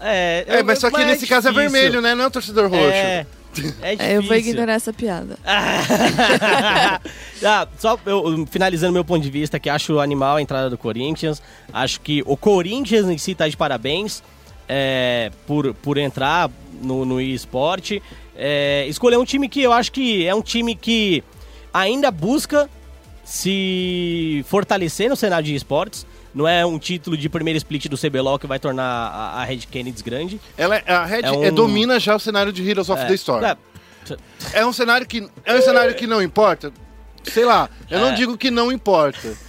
É,
É,
eu-
mas só que nesse caso é
difícil.
vermelho, né? Não é o torcedor roxo.
É, é
É, eu vou
difícil.
ignorar essa piada.
Ah, só eu, finalizando meu ponto de vista, que acho animal a entrada do Corinthians. Acho que o Corinthians em si tá de parabéns é, por, por entrar no, no esporte. É, escolher um time que eu acho que é um time que ainda busca se fortalecer no cenário de esportes. Não é um título de primeiro split do CBLOL que vai tornar a, a Red Kennedy grande.
Ela, a Red
É um-
é, domina já o cenário de Heroes of the Storm.
É,
É um cenário que é um cenário que não importa. Sei lá, eu
É.
não digo que não importa.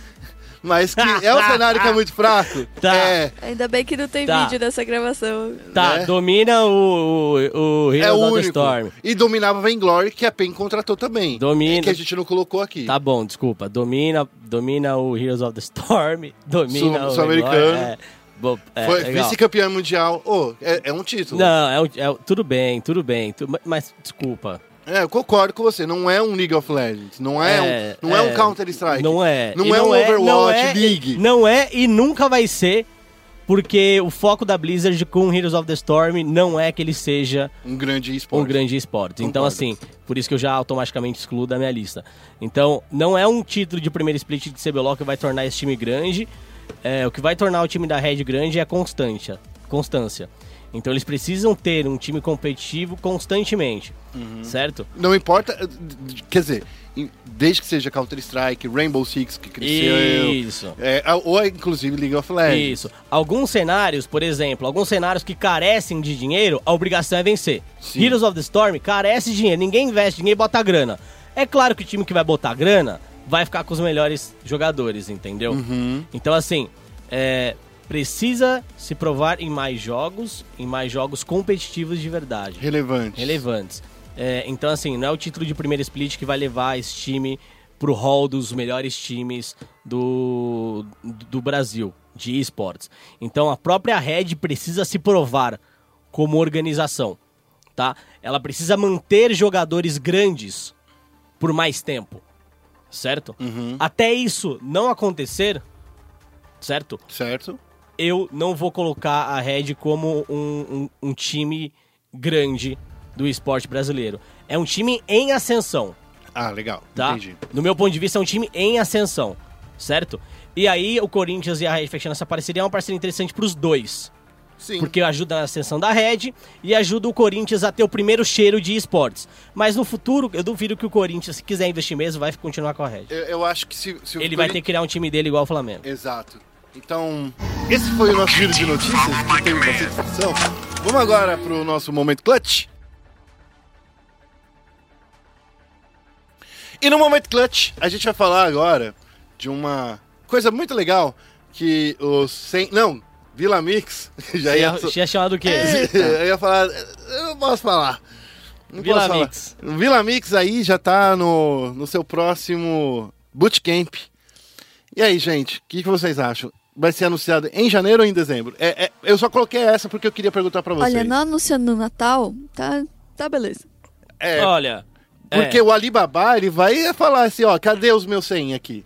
Mas que é um cenário que é muito fraco.
Tá.
É,
Ainda bem que não tem
Tá.
vídeo dessa gravação.
tá,
né?
domina o, o, o Heroes
é o
of the
único.
Storm.
E dominava a Vainglory, que a PEN contratou também.
Domina.
É que a gente não colocou aqui.
Tá bom, desculpa. Domina, domina o Heroes of the Storm, domina
Sul-
o
sul-americano.
Reborn, É, bo- é,
Foi
legal.
vice-campeão mundial. Ô, é, é um título.
Não, é, um- é um- tudo bem, tudo bem. tu- mas desculpa.
É, eu concordo com você. Não é um League of Legends. Não é,
É,
um, não é,
é.
um Counter-Strike.
Não é.
Não
E
é um Overwatch
não é,
League.
Não é e nunca vai ser, porque o foco da Blizzard com Heroes of the Storm não é que ele seja
Um grande
um
esporte.
grande esporte. Então,
Concordo.
assim, por isso que eu já automaticamente excluo da minha lista. Então, não é um título de primeiro split de CBLOL que vai tornar esse time grande. É, o que vai tornar o time da Red grande é a constância. constância. Então, eles precisam ter um time competitivo constantemente,
Uhum.
certo?
Não importa. eh, d- d- Quer dizer, em- desde que seja Counter-Strike, Rainbow Six que cresceu.
Isso.
é, a- ou inclusive League of Legends.
Isso. Alguns cenários, por exemplo, alguns cenários que carecem de dinheiro, a obrigação é vencer.
Sim.
Heroes of the Storm carece de dinheiro, ninguém investe, ninguém bota grana. É claro que o time que vai botar grana vai ficar com os melhores jogadores, entendeu? Então, assim, é, precisa se provar em mais jogos, em mais jogos competitivos de verdade
Relevante.
relevantes. É, então, assim, não é o título de primeiro split que vai levar esse time pro hall dos melhores times do, do Brasil, de esportes. Então, a própria Red precisa se provar como organização, tá? Ela precisa manter jogadores grandes por mais tempo, certo? Até isso não acontecer, certo?
Certo?
eu não vou colocar a Red como um, um- um time grande do esporte brasileiro. É um time em ascensão,
Ah, legal.
tá?
Entendi.
No meu ponto de vista, é um time em ascensão, certo? E aí, o Corinthians e a Red fechando essa parceria é uma parceria interessante pros dois.
Sim.
Porque ajuda na ascensão da Red e ajuda o Corinthians a ter o primeiro cheiro de esportes. Mas no futuro, eu duvido que o Corinthians, se quiser investir mesmo, vai continuar com a Red.
Eu, eu acho que se, se o
Ele vai
Corinthians-
ter que criar um time dele igual o Flamengo.
Exato. Então, esse foi o nosso giro de notícias, que teve bastante discussão. Vamos agora pro nosso momento clutch. E no momento clutch, a gente vai falar agora de uma coisa muito legal que os 100, não, Vila Mix, já ia
Você ia chamar do quê?
eu ia falar, eu não posso falar. Não
Vila
posso falar.
Mix.
Vila Mix aí já tá no, no seu próximo bootcamp. E aí, gente, o que, que vocês acham? Vai ser anunciado em janeiro ou em dezembro? É, é, eu só coloquei essa porque eu queria perguntar pra vocês.
Olha, não anunciando no Natal, tá, tá beleza.
É,
Olha. é.
porque o Alibaba, ele vai falar assim, ó, cadê os meus 100 aqui?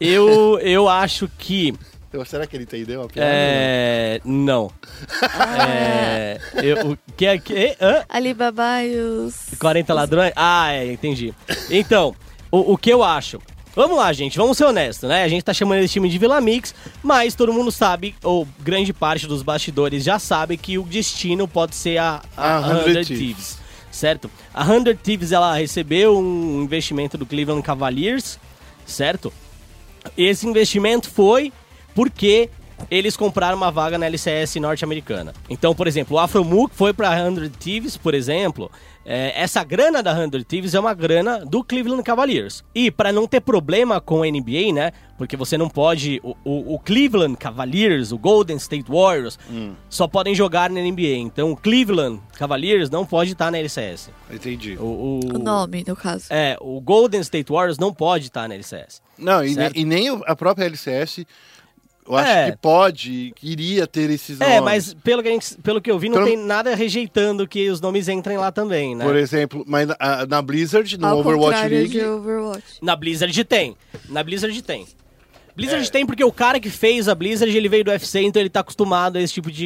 Eu, eu acho que.
Eu- Então, será que ele entendeu a piada?
É, não. É, eu, o que é que. eh, hã?
Alibaba e os...
40 ladrões? Ah, é, entendi. Então, o, o que eu acho? Vamos lá, gente, vamos ser honestos, né? A gente tá chamando esse time de Vila Mix, mas todo mundo sabe, ou grande parte dos bastidores já sabe, que o destino pode ser a, a,
A 100
100 Thieves. certo? A 100 Thieves, ela recebeu um investimento do Cleveland Cavaliers, certo? Esse investimento foi porque eles compraram uma vaga na LCS norte-americana. Então, por exemplo, o Afromuc foi para a 100 Thieves, por exemplo. É, essa grana da 100 Thieves é uma grana do Cleveland Cavaliers. E para não ter problema com a NBA, né? Porque você não pode... O, o- o Cleveland Cavaliers, o Golden State Warriors, só podem jogar na NBA. Então, o Cleveland Cavaliers não pode estar na LCS.
Entendi.
O,
O nome, no caso.
É, o Golden State Warriors não pode estar na LCS.
Não, e,
Certo.
e nem o- a própria LCS, eu acho
É.
que pode, que iria ter esses
É,
nomes.
mas pelo que, a gente- pelo que eu vi, não
Então-
tem nada rejeitando que os nomes entrem lá também, né?
Por exemplo, mas ah, na Blizzard, no
Ao
Overwatch
contrário
League.
de Overwatch.
Na Blizzard tem. Na Blizzard tem.
É.
Blizzard tem porque o cara que fez a Blizzard, ele veio do UFC, então ele tá acostumado a esse tipo de,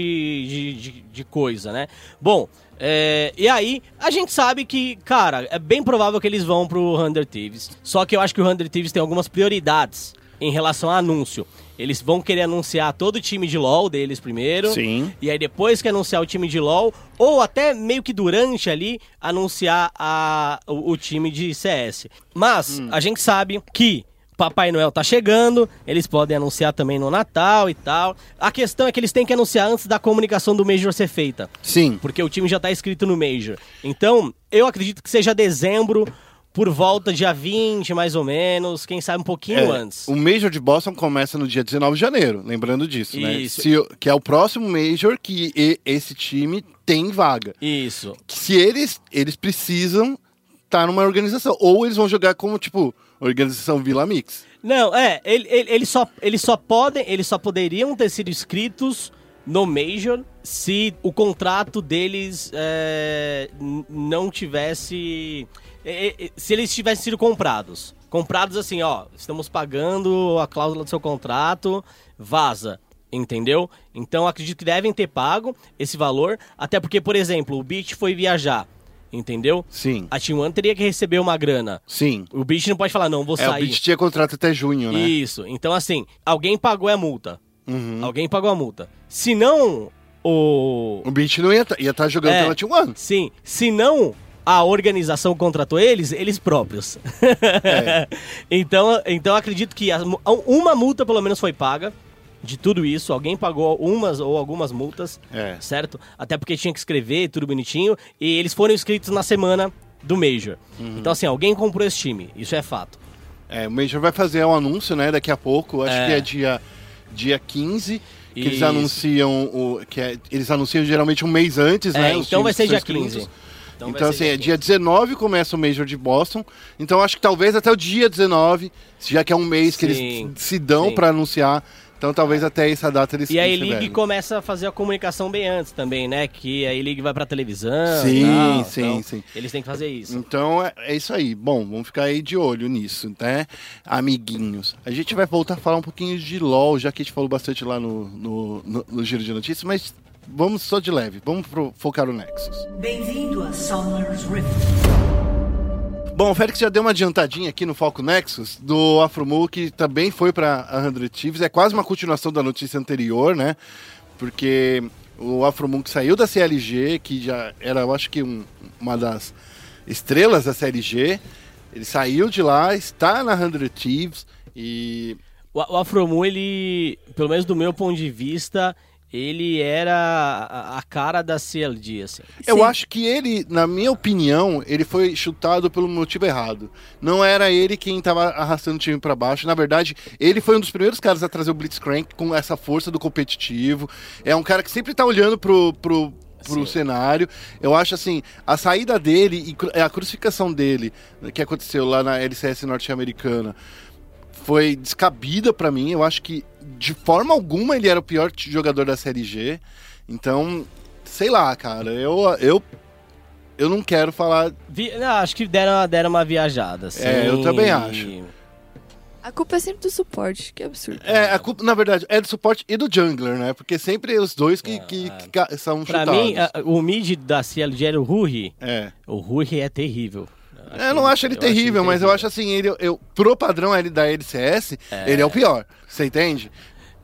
de, de- de coisa, né? Bom, é, e aí, a gente sabe que, cara, é bem provável que eles vão pro Hunter Thieves. Só que eu acho que o Hunter Thieves tem algumas prioridades em relação a anúncio. Eles vão querer anunciar todo o time de LoL deles primeiro.
Sim.
E aí depois que anunciar o time de LoL, ou até meio que durante ali, anunciar a, o, o time de CS. Mas a gente sabe que Papai Noel tá chegando, eles podem anunciar também no Natal e tal. A questão é que eles têm que anunciar antes da comunicação do Major ser feita.
Sim.
Porque o time já tá escrito no Major. Então, eu acredito que seja dezembro, por volta dia 20, mais ou menos, quem sabe um pouquinho
É,
antes.
O Major de Boston começa no dia 19 de janeiro, lembrando disso, né?
Isso.
Se o- que é o próximo Major que e- esse time tem vaga.
Isso.
Que se eles, eles precisam estar numa organização. Ou eles vão jogar como, tipo, organização Vila Mix.
Não, é, ele, ele, ele só, eles só podem, eles só poderiam ter sido inscritos no Major se o contrato deles é, n- não tivesse. é, é, Se eles tivessem sido comprados. Comprados assim, ó, estamos pagando a cláusula do seu contrato, vaza. Entendeu? Então acredito que devem ter pago esse valor. Até porque, por exemplo, o Beach foi viajar. Entendeu?
Sim.
A T1 teria que receber uma grana.
Sim.
O Beach não pode falar, não, vou
É, o
sair.
Beat tinha contrato até junho, né?
Isso. Então, assim, alguém pagou a multa.
Uhum.
Alguém pagou a multa. Se não o.
O Beat não ia estar ia tá jogando
É.
pela T1.
Sim, se não a organização contratou eles, eles próprios.
É.
então, então acredito que as mu- uma multa pelo menos foi paga de tudo isso. Alguém pagou umas ou algumas multas,
É.
certo? Até porque tinha que escrever tudo bonitinho. E eles foram inscritos na semana do Major.
Uhum.
Então, assim, alguém comprou esse time. Isso é fato.
É, o Major vai fazer um anúncio, né, daqui a pouco, acho
É.
que é dia, dia 15, que eles
Isso.
anunciam, o, que é- eles anunciam geralmente um mês antes,
É,
né, os
então vai
times
ser
que são
dia 15.
excluídos. Então,
vai ser
assim, é dia 19 começa o Major de Boston, então acho que talvez até o dia 19, já que é um mês que
Sim,
eles se dão
sim.
pra anunciar, então talvez até essa data eles
E a
eles
E-League
tiverem.
começa a fazer a comunicação bem antes também, né? Que a E-League vai pra televisão. e
Sim,
tal,
sim,
então
sim.
Eles têm que fazer isso.
Então é, é isso aí. Bom, vamos ficar aí de olho nisso, né, amiguinhos? A gente vai voltar a falar um pouquinho de LOL, já que a gente falou bastante lá no, no, no- no giro de notícias, mas vamos só de leve, vamos pro- focar no Nexus.
Bem-vindo a Summer's Rift.
Bom, o Félix já deu uma adiantadinha aqui no Foco Nexus do AfroMu, que também foi para a 100 Thieves. É quase uma continuação da notícia anterior, né? Porque o AfroMu que saiu da CLG, que já era, eu acho que, um- uma das estrelas da CLG, ele saiu de lá, está na 100 Thieves e.
O, o Afromu, ele, pelo menos do meu ponto de vista, ele era a, a cara da CLG, assim.
Eu
Sim.
acho que ele, na minha opinião, ele foi chutado pelo motivo errado. Não era ele quem tava arrastando o time pra baixo. Na verdade, ele foi um dos primeiros caras a trazer o Blitzcrank com essa força do competitivo. É um cara que sempre tá olhando pro, pro, pro
Sim.
cenário. Eu acho assim, a saída dele e cru- é, a crucificação dele, que aconteceu lá na LCS norte-americana, foi descabida pra mim. Eu acho que de forma alguma ele era o pior t- jogador da Série G. Então, sei lá, cara. Eu eu eu não quero falar.
Vi- não, acho que deram, uma- deram uma viajada, assim.
É, eu também acho.
A culpa é sempre do suporte, que absurdo.
É, a culpa, na verdade, é do suporte e do jungler, né? Porque sempre é os dois que, que,
Ah.
que ca- são
Pra
chutados.
mim, a- o mid da CLG era o Ruri.
é.
O Ruri é terrível. Assim,
Eu não acho ele
eu
terrível, mas eu acho assim, ele, eu, pro padrão ele da LCS, ele é o pior. Você entende?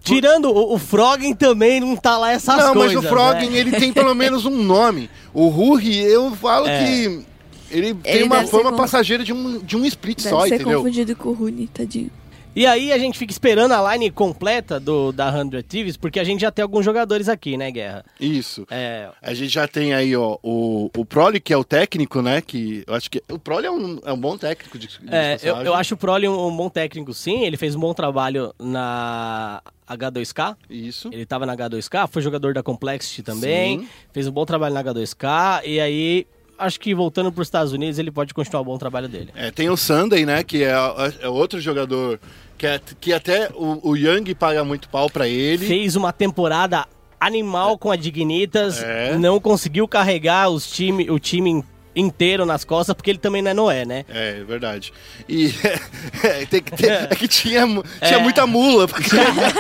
Tirando o, o Froggen também não tá lá essas
não,
coisas.
mas o Froggen,
né?
ele tem pelo menos um nome. O Ruri, eu falo
É.
que ele tem uma
deve ser
fama
com-
passageira de um, de um split
Deve
só,
ser
entendeu?
confundido com o Rune, tadinho.
E aí a gente fica esperando a line completa do da 100 Thieves, porque a gente já tem alguns jogadores aqui, né, Guerra?
Isso.
É,
A gente já tem aí, ó, o, o Proli, que é o técnico, né? Que eu acho que. O Proli é um, é um bom técnico de. de
é, eu,
passagem.
eu acho o Proli um, um bom técnico, sim. Ele fez um bom trabalho na H2K.
Isso.
Ele tava na H2K, foi jogador da Complexity também.
Hum? Sim.
Fez um bom trabalho na H2K. E aí, acho que voltando pros Estados Unidos, ele pode continuar o bom trabalho dele.
É, tem o Sunday, né? Que é, é outro jogador que, é- que até o, o Young paga muito pau pra ele.
Fez uma temporada animal com a Dignitas.
É.
Não conseguiu carregar os time, o time inteiro nas costas, porque ele também não é Noé, né?
É, é verdade. E é, tem que ter- é que tinha, mu- tinha
É.
muita mula. pra carregar.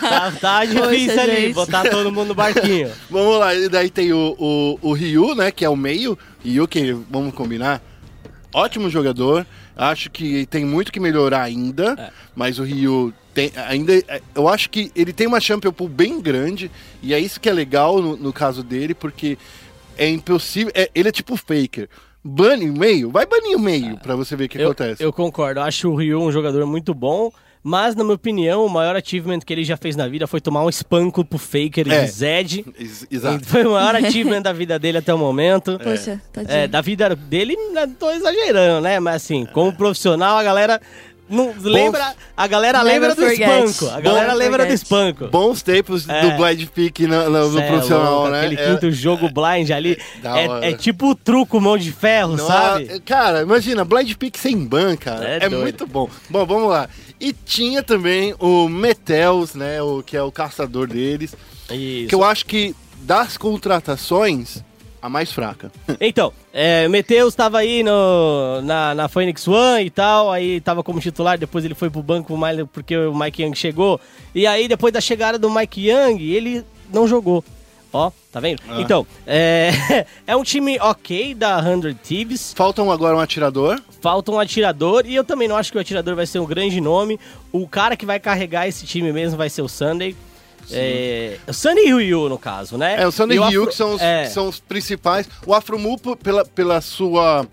Tá, tá difícil
Poxa,
ali,
gente.
botar todo mundo no barquinho.
Vamos lá, e daí tem o, o, o Ryu, né? Que é o meio. Ryu, que vamos combinar. Ótimo jogador. Acho que tem muito que melhorar ainda.
É.
Mas o Ryu tem ainda. Eu acho que ele tem uma champion pool bem grande. E é isso que é legal no, no caso dele, porque é impossível. é- ele é tipo o faker. Bane o meio, vai banir o meio pra você ver o que
É. eu,
acontece.
eu concordo, eu acho o Ryu um jogador muito bom, mas na minha opinião, o maior achievement que ele já fez na vida foi tomar um espanco pro Faker
É.
de Zed.
Ex- Exato.
Foi o maior achievement da vida dele até o momento.
Poxa, tadinho.
É, da vida dele, não tô exagerando, né? Mas assim, como profissional, a galera não lembra, a galera
Never
lembra do
forget.
espanco, a galera
Bom-
lembra do
forget.
espanco.
Bons tempos
É.
do Blind Peak no, no- no
Cê é
profissional,
louco,
né?
Aquele
É-
quinto jogo blind ali.
da
é-
hora.
É, tipo o truco mão de ferro,
Não,
sabe?
ah, Cara, imagina, Blind Pick sem ban, cara.
É
É,
doido.
muito bom. Bom, vamos lá. E tinha também o Metels, né? O que é o caçador deles.
Isso.
Que eu acho que das contratações, a mais fraca.
Então, é, o Meteus estava aí no, na, na Phoenix One e tal, aí tava como titular, depois ele foi pro banco mais- porque o Mike Young chegou. E aí, depois da chegada do Mike Young, ele não jogou. Ó, tá vendo?
Ah.
Então, é, é um time ok da 100 Thieves,
Faltam agora um atirador.
falta um atirador, e eu também não acho que o atirador vai ser um grande nome. O cara que vai carregar esse time mesmo vai ser o Sunday. É, o Sunday e o Ryu, no caso, né?
É, o Sunny
E
Ryu,
Afro-
que são os,
é.
que são os principais. O Afromu, p- pela, pela sua.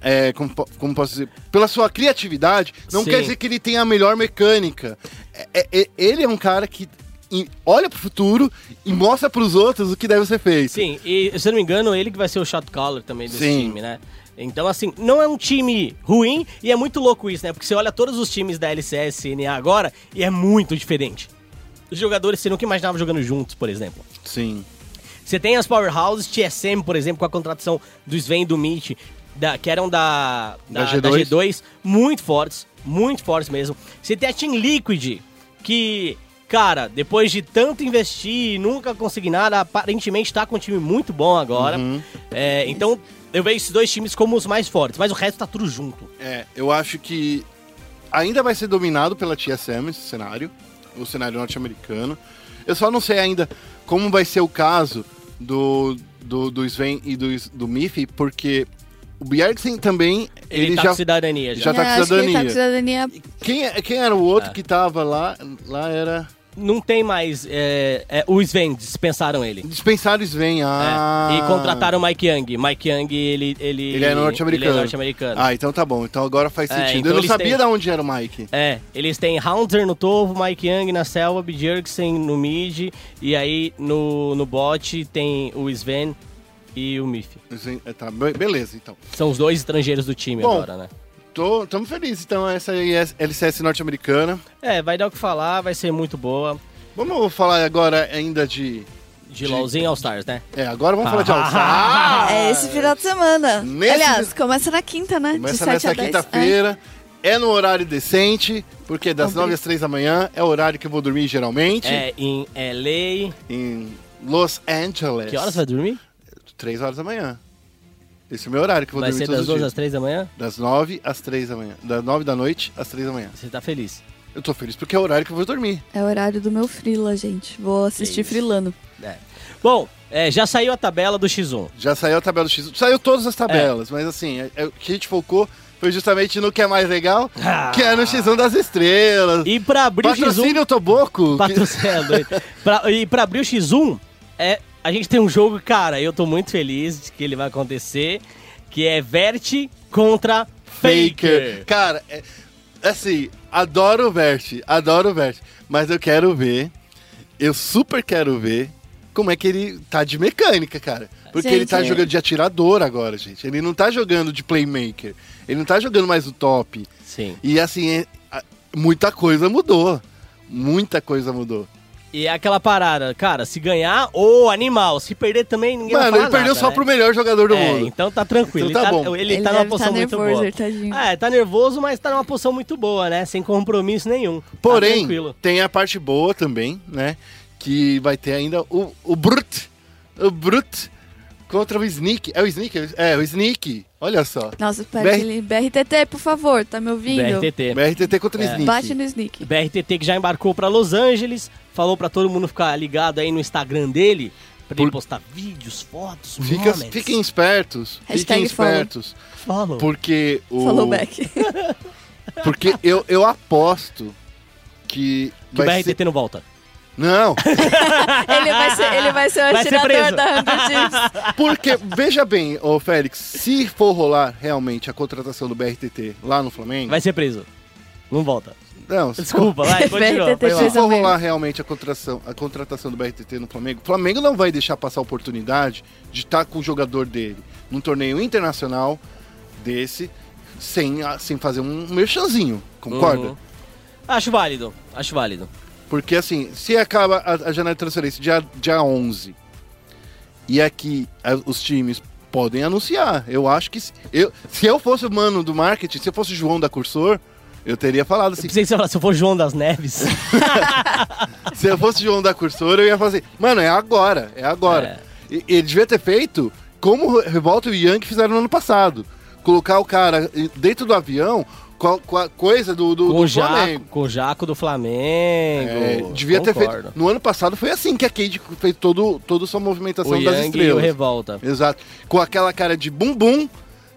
é, como, po- como posso dizer? Pela sua criatividade, não
Sim.
quer dizer que ele tenha a melhor mecânica. É- é- é- ele é um cara que em- olha pro futuro e mostra pros outros o que deve ser feito.
Sim, e se eu não me engano, ele que vai ser o shot caller também desse
Sim.
time, né? Então, assim, não é um time ruim e é muito louco isso, né? Porque você olha todos os times da LCS e NA agora e é muito diferente. Os jogadores você nunca imaginava jogando juntos, por exemplo.
Sim.
Você tem as powerhouses, TSM, por exemplo, com a contratação do Sven e do Mitch, da- que eram da,
Da G2.
muito fortes, muito fortes mesmo. Você tem a Team Liquid, que, cara, depois de tanto investir e nunca conseguir nada, aparentemente tá com um time muito bom agora.
Uhum.
É, então, eu vejo esses dois times como os mais fortes, mas o resto tá tudo junto.
É, eu acho que ainda vai ser dominado pela TSM esse cenário, o cenário norte-americano. Eu só não sei ainda como vai ser o caso do, do, do Sven e do, do Miffy, porque o Bjergsen também, ele,
tá
já...
com cidadania já.
já- tá com
É, acho que ele tá com cidadania.
Quem, é- quem era o outro que tava lá? Lá era...
Não tem mais. É, é, o Sven, dispensaram ele.
Dispensaram o Sven, ah...
É, e contrataram o Mike Young. Mike Young, ele. Ele,
Ele é norte-americano.
Ele é norte-americano.
Ah, então tá bom. Então agora faz
É,
sentido.
então
eu não
eles
sabia
têm-
de onde era o Mike.
É, eles têm Hunter no topo, Mike Young na selva, Bjergsen no mid, e aí no, no bot tem o Sven e o Miff.
Sven- é, Tá, be- beleza, então.
São os dois estrangeiros do time
Bom.
agora, né?
Tô, tamo feliz, então, essa aí é a LCS norte-americana.
É, vai dar o que falar, vai ser muito boa.
Vamos falar agora ainda de.
De,
De-
LOLzinho All Stars, né?
É, agora vamos falar de alçada.
É esse final de semana.
Nesse-
Aliás, começa na quinta, né? de
Começa
7 a
nessa
10.
quinta-feira. É no horário decente, porque das
Obrigada.
9 às 3 da manhã é o horário que eu vou dormir geralmente.
É, em LA.
Em Los Angeles.
Que horas vai dormir?
3 horas da manhã. Esse é o meu horário que eu vou
Vai
dormir
ser
todos os
das 12
dias.
às 3 da manhã?
Das 9 às 3 da manhã. Das 9 da noite às 3 da manhã.
Você tá feliz.
Eu tô feliz porque é o horário que eu vou dormir.
É. é o horário do meu frila, gente. Vou assistir
isso.
frilando.
É. Bom, é, já saiu a tabela do X1.
Já saiu a tabela do X. Saiu todas as tabelas, mas assim, é- é o que a gente focou foi justamente no que é mais legal, que é no X1 das estrelas.
Ah. E pra abrir o X1.
Patrocínio Toboco?
Patrocinando. pra, e pra abrir o X1, é, a gente tem um jogo, cara, eu tô muito feliz de que ele vai acontecer, que é Verte contra Faker.
Cara, é- assim, adoro o Vert, adoro o Vert, mas eu quero ver, eu super quero ver como é que ele tá de mecânica, cara. Porque ele
Gente,
tá
é.
jogando de atirador agora, gente. Ele não tá jogando de playmaker. Ele não tá jogando mais o top.
Sim.
E assim, é- a- muita coisa mudou. Muita coisa mudou.
E é aquela parada, cara, se ganhar, ô animal, se perder também, ninguém vai
Mano,
falar
ele perdeu
nada,
só
né?
pro melhor jogador do
É,
mundo.
então tá tranquilo.
Então tá
ele tá,
bom.
ele
Ele
tá numa
deve tá
posição muito
nervoso,
boa.
ele tadinho.
É, tá nervoso, mas tá numa posição muito boa, né? Sem compromisso nenhum. Tá
Porém,
tranquilo.
tem a parte boa também, né? Que vai ter ainda o, o Brut. O Brut contra o Sneak. É o Sneak? É, o Sneak. Olha só.
Nossa, espera
BR-
que ele... BRTT, por favor, tá me ouvindo?
BRTT.
BRTT contra
É.
o Sneak.
Bate no sneak.
BRTT que já embarcou pra Los Angeles, falou pra todo mundo ficar ligado aí no Instagram dele, pra ele
Por-
postar vídeos, fotos,
Fica-
moments.
fiquem espertos. Fiquem
Hashtag follow.
espertos.
Follow.
Porque o.
Falou back.
Porque eu, eu aposto que.
Que o
vai
BRTT
ser...
não volta.
Não,
ele, vai ser, ele vai ser o
Vai ser
atirador
preso.
da Hunger Chiefs.
Porque, veja bem, ô Félix, se for rolar realmente a contratação do BRTT lá no Flamengo.
Vai ser preso. Não volta.
Não, se for-
Desculpa, vai, continua.
BRTT
foi
se
fez-
lá.
for
Exatamente.
rolar realmente a contratação, a contratação do BRTT no Flamengo, o Flamengo não vai deixar passar a oportunidade de estar com o jogador dele num torneio internacional desse sem, a- sem fazer um merchanzinho, concorda?
Uhum. Acho válido, acho válido.
Porque assim, se acaba a, a janela de transferência dia, dia 11 e aqui a- os times podem anunciar. Eu acho que se eu, se eu fosse o mano do marketing, se eu fosse o João da Cursor, Eu teria falado assim.
Pensei que você ia falar, se eu for João das Neves.
Se eu fosse João da Cursora, eu ia falar assim, mano, é agora, é agora. E, ele devia ter feito como o Revolta e o Yang fizeram no ano passado. Colocar o cara dentro do avião com a, com a coisa do, do, do
Cojaco,
Flamengo.
Cojaco do Flamengo.
É, devia ter feito.
Concordo.
No ano passado foi assim que a Cade fez todo, toda sua movimentação
O
das
Yang e o
estrelas.
Revolta.
Exato. Com aquela cara de bumbum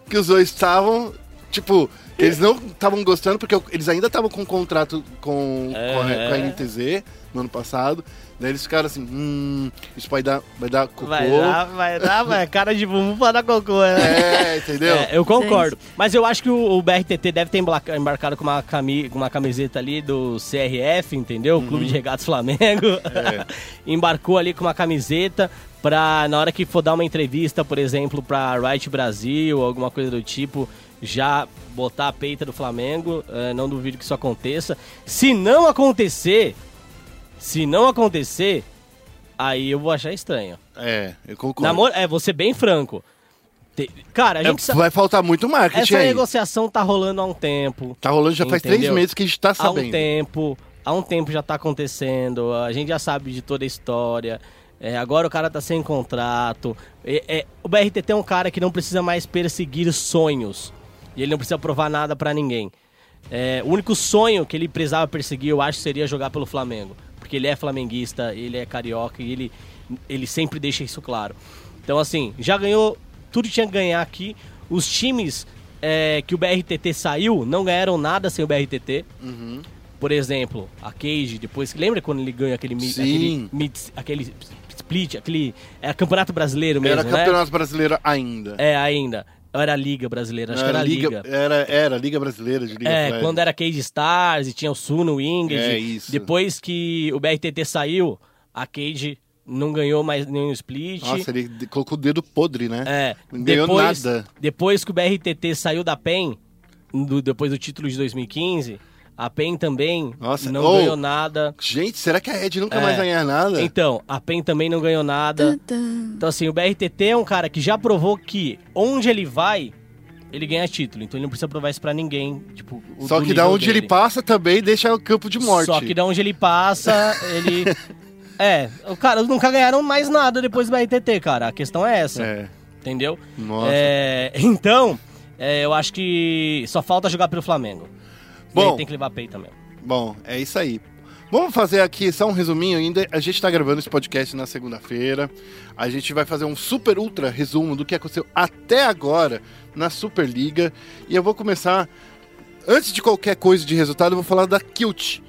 que os dois estavam, tipo, eles não estavam gostando porque eles ainda estavam com um contrato com, com, a, com
É.
a NTZ no ano passado. Daí eles ficaram assim, hum, isso vai dar, vai dar cocô.
Vai dar, vai dar, vai. Cara de bumbum pra dar cocô, né?
É, entendeu?
É, eu concordo. Mas eu acho que o, o BRTT deve ter embla- embarcado com uma, cami- com uma camiseta ali do CRF, entendeu?
Uhum.
Clube de Regatas Flamengo.
É.
Embarcou ali com uma camiseta pra, na hora que for dar uma entrevista, por exemplo, pra Riot Brasil, alguma coisa do tipo, já botar a peita do Flamengo. É, não duvido que isso aconteça. Se não acontecer, se não acontecer, aí eu vou achar estranho.
É, eu concordo.
Namor é, vou ser bem franco. Te- Cara, a gente
É,
sabe.
vai faltar muito marketing
Essa
aí.
negociação tá rolando há um tempo.
Tá rolando já faz três
Entendeu?
meses que a gente tá
Há
sabendo.
um tempo. Há um tempo já tá acontecendo. A gente já sabe de toda a história. É, agora o cara tá sem contrato. É, é, o BRTT é um cara que não precisa mais perseguir sonhos. E ele não precisa provar nada pra ninguém. É, o único sonho que ele precisava perseguir, eu acho, seria jogar pelo Flamengo. Porque ele é flamenguista, ele é carioca e ele, ele sempre deixa isso claro. Então, assim, já ganhou tudo que tinha que ganhar aqui. Os times é, que o BRTT saiu não ganharam nada sem o BRTT. Por exemplo, a Cage, depois. Lembra quando ele ganhou aquele, mi-
Sim.
aquele, mid- aquele split, aquele. É, campeonato brasileiro mesmo,
Era
né?
campeonato brasileiro ainda.
É, ainda. Era a Liga Brasileira, acho que era a Liga.
Era, era Liga Brasileira de Liga
É,
Flash.
quando era Cage Stars e tinha o Suno, o Ingrid.
É, isso.
Depois que o BRTT saiu, a Cage não ganhou mais nenhum split.
Nossa, ele de- colocou o dedo podre, né?
É,
Não ganhou
depois,
nada.
Depois que o BRTT saiu da PEN, do- depois do título de 2015, a PEN também
Nossa,
não
ou-
ganhou nada.
Gente, será que a Ed nunca
É.
mais vai ganhar nada?
Então, a PEN também não ganhou nada.
Tantã.
Então, assim, o BRTT é um cara que já provou que onde ele vai, ele ganha título. Então, ele não precisa provar isso pra ninguém. Tipo, o-
Só
do
que da
nível
onde
dele.
ele passa também deixa o campo de morte.
Só que da onde ele passa, ele. É, o cara, eles nunca ganharam mais nada depois do BRTT, cara. A questão é essa.
É.
Entendeu?
Nossa.
É, então, é, eu acho que só falta jogar pelo Flamengo.
Bom.
Ele tem que levar pay também.
Bom, é isso aí. Vamos fazer aqui só um resuminho ainda. A gente tá gravando esse podcast na segunda-feira. A gente vai fazer um super ultra resumo do que aconteceu até agora na Superliga. E eu vou começar. Antes de qualquer coisa de resultado, eu vou falar da Kilt,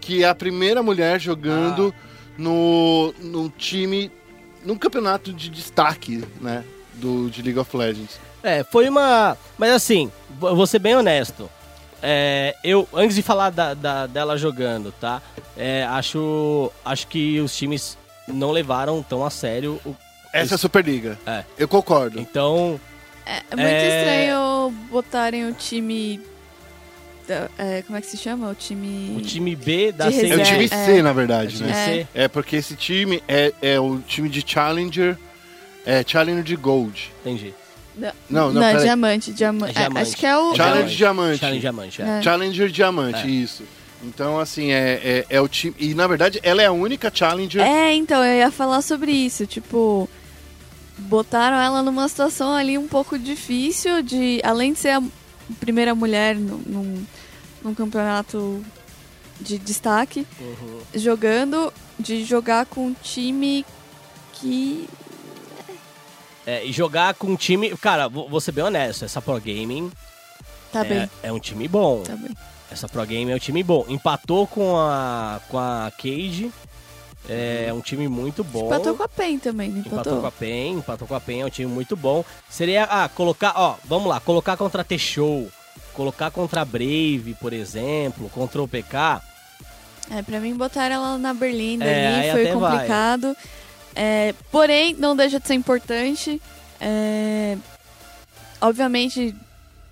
que é a primeira mulher jogando no, num time. num campeonato de destaque, né? Do, de League of Legends.
É, foi uma. Mas assim, vou vou ser bem honesto. É, eu, antes de falar da- da- dela jogando, tá? É, acho, acho que os times não levaram tão a sério. O,
Essa é a Superliga.
É.
Eu concordo.
então,
É muito
É.
estranho botarem o time. da- é, como é que se chama? O time.
o time B da
De
É
reserva.
o
C.
time
É.
C, na verdade, né?
time C.
É, porque esse time é, é o time de Challenger. É, Challenger de Gold.
Entendi.
Não, não,
Não, é
peraí.
diamante, diamante.
É diamante.
acho que é o.
Challenge Diamante. Diamante.
Challenge Diamante, é.
É.
Challenger Diamante,
É.
isso. Então, assim, é, é, é o time. E na verdade, ela é a única Challenger.
É, então, eu ia falar sobre isso. Tipo, botaram ela numa situação ali um pouco difícil de. Além de ser a primeira mulher num, num- num campeonato de destaque,
Uhum.
jogando, de jogar com um time que.
É, e jogar com um time. Cara, vou, vou ser bem honesto, essa Pro Gaming
Tá
é,
bem,
é um time bom.
tá bem.
Essa Pro Gaming é um time bom. Empatou com a, com a Cage. É um time muito bom.
Empatou com a PEN também, não
Empatou
empatou?
com a PEN, empatou com a PEN, é um time muito bom. Seria, ah, colocar, ó, vamos lá, colocar contra a T-Show, colocar contra a Brave, por exemplo, contra o PK,
É, pra mim botaram ela na berlinda
É, aí
ali, foi
até vai.
complicado. É, porém, não deixa de ser importante. É, obviamente,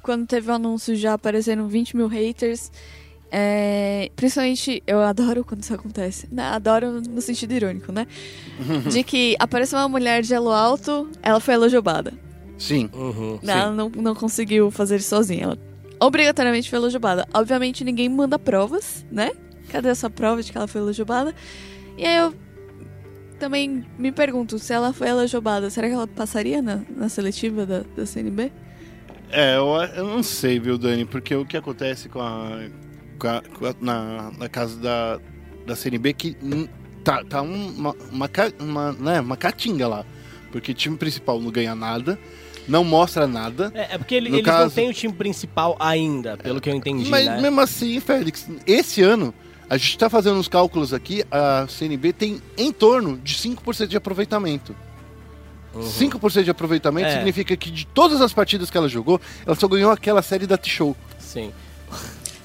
quando teve o anúncio já apareceram 20 mil haters. É, principalmente, eu adoro quando isso acontece. né? Adoro no sentido irônico, né? De que apareceu uma mulher de elo alto, ela foi elogiobada.
Sim.
uhum,
Ela não, não conseguiu fazer isso sozinha. Ela obrigatoriamente foi elogibada. Obviamente ninguém manda provas, né? Cadê essa prova de que ela foi elogibada? E aí eu também me pergunto, se ela foi elogibada, será que ela passaria na, na seletiva da, da CNB?
É, eu, eu não sei, viu, Dani? Porque o que acontece com a. com a- com a- na, na casa da, da CNB que hum, tá, tá um- uma, uma, ca- uma, né, uma catinga lá. Porque o time principal não ganha nada, não mostra nada.
É, é porque ele-
No
eles não
caso-
têm o time principal ainda, pelo que eu entendi,
Mas
né?
mesmo assim, Félix, esse ano, a gente tá fazendo uns cálculos aqui, a CNB tem em torno de 5% de aproveitamento.
Uhum.
5% de aproveitamento
É.
significa que de todas as partidas que ela jogou, ela só ganhou aquela série da T-Show.
Sim.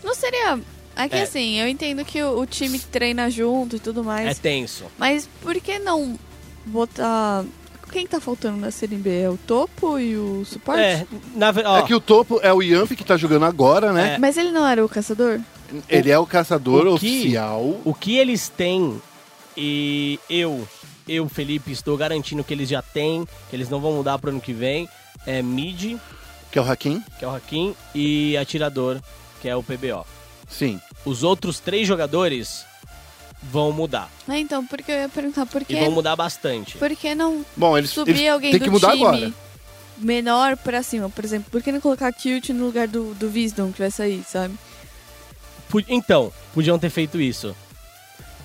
Não seria... Aqui,
É.
assim, eu entendo que o, o time treina junto e tudo mais.
É tenso.
Mas por que não botar. Quem tá faltando na CNB? É o topo e o suporte?
É, na, ve- ó, É.
É que o topo é o Yamp que tá jogando agora, né?
Mas ele não era o caçador?
Ele é o caçador
o que-
oficial.
o que eles têm e eu, eu, Felipe, estou garantindo que eles já têm, que eles não vão mudar pro ano que vem, é mid,
Que é o Hakim?
que é o Hakim, e atirador, que é o PBO.
Sim.
Os outros três jogadores vão mudar.
Ah, então, porque eu ia perguntar por que, é-
E vão mudar bastante.
por que não
Bom, eles,
subir
eles
alguém
têm
do
que mudar
time
agora.
menor pra cima, por exemplo? Por que não colocar Cute no lugar do, do Wisdom que vai sair, sabe?
Pu- Então, podiam ter feito isso.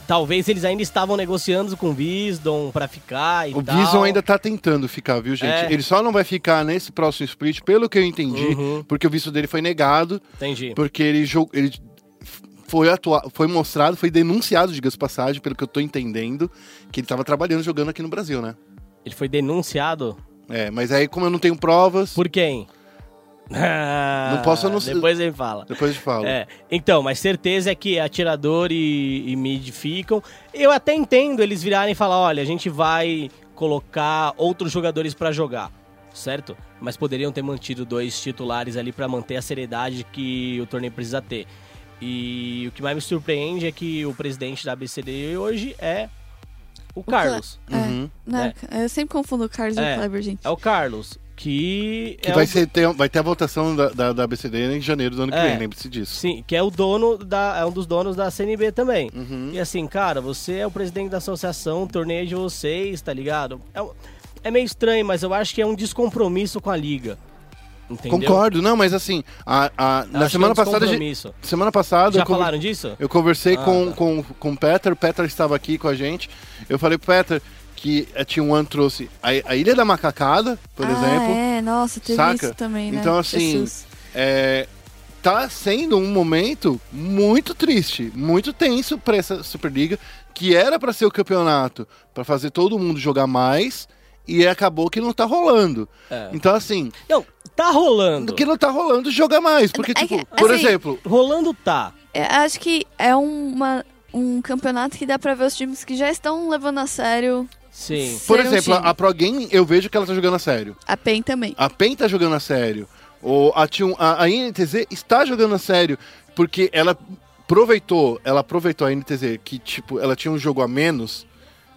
Talvez eles ainda estavam negociando com o Wisdom pra ficar e
O
tal.
Bison ainda tá tentando ficar, viu, gente?
É.
Ele só não vai ficar nesse próximo split, pelo que eu entendi,
Uhum.
porque o visto dele foi negado,
Entendi.
porque ele jogou. Ele f- foi, atua foi mostrado, foi denunciado, diga-se de passagem, pelo que eu tô entendendo, que ele tava trabalhando jogando aqui no Brasil, né?
Ele foi denunciado
É, mas aí, como eu não tenho provas,
por quem? Não
posso anunciar.
Depois ele fala.
depois eu te falo.
É, então, mas certeza é que atirador e, e mid ficam. Eu até entendo eles virarem e falar, olha, a gente vai colocar outros jogadores pra jogar, certo? Mas poderiam ter mantido dois titulares ali pra manter a seriedade que o torneio precisa ter. E o que mais me surpreende é que o presidente da ABCD hoje é o
Cla-
Carlos.
Uhum.
É, não, Eu sempre confundo o Carlos e
É.
o Kleber, gente.
É o Carlos, que,
Que
é
vai,
o
ser, ter, vai ter a votação da, da, da ABCD em janeiro do ano que
É.
vem, lembre-se disso.
Sim, que é o dono da. É um dos donos da CNB também.
Uhum.
E assim, cara, você é o presidente da associação, o torneio é de vocês, tá ligado? É, um- é meio estranho, mas eu acho que é um descompromisso com a liga. Entendeu?
Concordo, não, mas assim, a, a-
Eu acho que é
na
um
semana passada. a gente-
descompromisso.
Semana passada.
Já
eu conver-
falaram disso?
Eu conversei
Ah,
com,
tá.
com, com o Peter, o Peter estava aqui com a gente. Eu falei pro Peter que eh, a Team One trouxe a, a Ilha da Macacada, por
ah,
exemplo.
É, nossa, teve
saca?
isso também, né?
Então, assim,
Jesus.
É, tá sendo um momento muito triste, muito tenso para essa Superliga, que era para ser o campeonato, para fazer todo mundo jogar mais, e acabou que não tá rolando.
É.
Então, assim,
Não, tá rolando.
que não tá rolando jogar mais. Porque,
É que,
tipo, por
assim,
exemplo,
Rolando tá.
É, acho que é uma- um campeonato que dá pra ver os times que já estão levando a sério.
Sim.
por
ser um
exemplo,
time.
a Pro Game, eu vejo que ela tá jogando a sério.
a PEN também.
A PEN tá jogando a sério. O, a, T1 a, a NTZ está jogando a sério. Porque ela aproveitou, ela aproveitou a NTZ que, tipo, ela tinha um jogo a menos,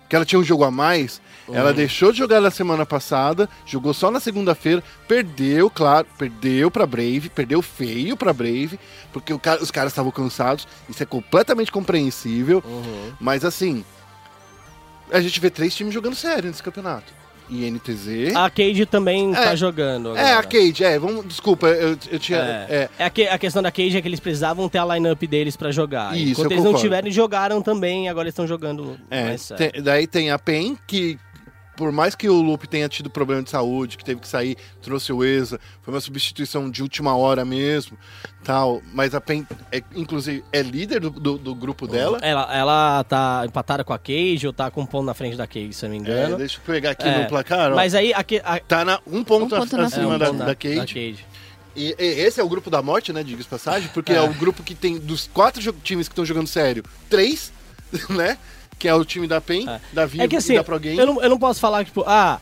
que ela tinha um jogo a mais. Ela deixou de jogar na semana passada, jogou só na segunda-feira, perdeu, claro, perdeu pra Brave, perdeu feio pra Brave, porque o ca- os caras estavam cansados, isso é completamente compreensível.
Uhum.
Mas assim, a gente vê três times jogando sério nesse campeonato. E NTZ.
A Cade também
É.
tá jogando.
É, a
agora.
Cade, é, vamos, desculpa, eu, eu tinha.
É.
É.
É que- a questão da Cage é que eles precisavam ter a lineup deles pra jogar.
Isso,
Enquanto
eu
eles não
concordo.
tiveram, jogaram também, agora eles estão jogando.
é,
mais sério.
tem- daí tem a PEN, que por mais que o Lupe tenha tido problema de saúde, que teve que sair, trouxe o ESA, foi uma substituição de última hora mesmo, tal. Mas a PEN, é, inclusive, é líder do, do- do grupo dela.
Ela, ela tá empatada com a Cage ou tá com um ponto na frente da Cage, se eu não me
É,
engano.
deixa eu pegar aqui
É,
no placar, ó.
Mas aí a, Ca- a-
Tá na, um ponto,
Um ponto na
acima
frente.
da,
um ponto
da Cade.
Cage.
E, e esse é o grupo da morte, né? Diga-se de passagem, porque é. o grupo que tem dos quatro jo- times que estão jogando sério, três, né? Que é o time da PEN,
É.
da Vivo
É que assim,
e da Pro Game.
eu não, eu não posso falar, tipo, ah,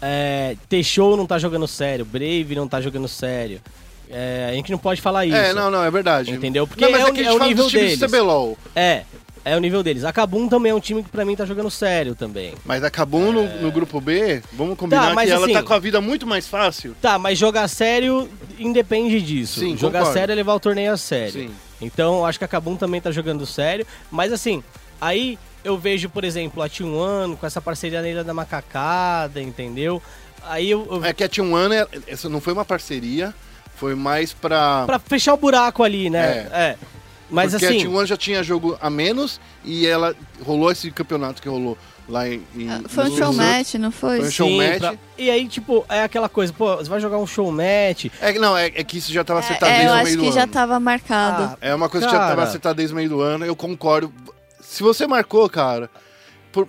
é, T-Show não tá jogando sério, Brave não tá jogando sério. É, a gente não pode falar isso.
É, não, não, é verdade.
Entendeu? Porque
não, mas
é o-
que a
é
gente
o
fala
nível
dos times
deles.
do CBLOL.
É, é o nível deles. A Kabum também é um time que pra mim tá jogando sério também.
Mas acabou no, no grupo B, vamos combinar
É. Tá, mas
que ela
assim-
tá com a vida muito mais fácil.
Tá, mas jogar sério independe disso.
Sim,
Jogar
concordo.
sério é levar o torneio a sério.
Sim.
Então, eu acho que a Kabum também tá jogando sério. Mas assim, aí eu vejo, por exemplo, a T1 com essa parceria na Ilha da Macacada, entendeu? Aí eu. eu
É que a T1 é- essa não foi uma parceria, foi mais pra.
Pra fechar o buraco ali, né? É. Mas
porque
assim.
a T1 já tinha um jogo a menos e ela rolou esse campeonato que rolou lá em. em
Ah, Foi um
nos
show
Estados
match, não foi?
Foi um showmatch.
pra- E aí, tipo, é aquela coisa, pô, você vai jogar um showmatch.
É que não, é, é que isso já estava acertado
É, eu
desde o
acho
meio do
que
ano.
já tava
Ah,
marcado.
É uma coisa que já
Cara.
estava acertada desde o meio do ano, eu concordo. Se você marcou, cara. por-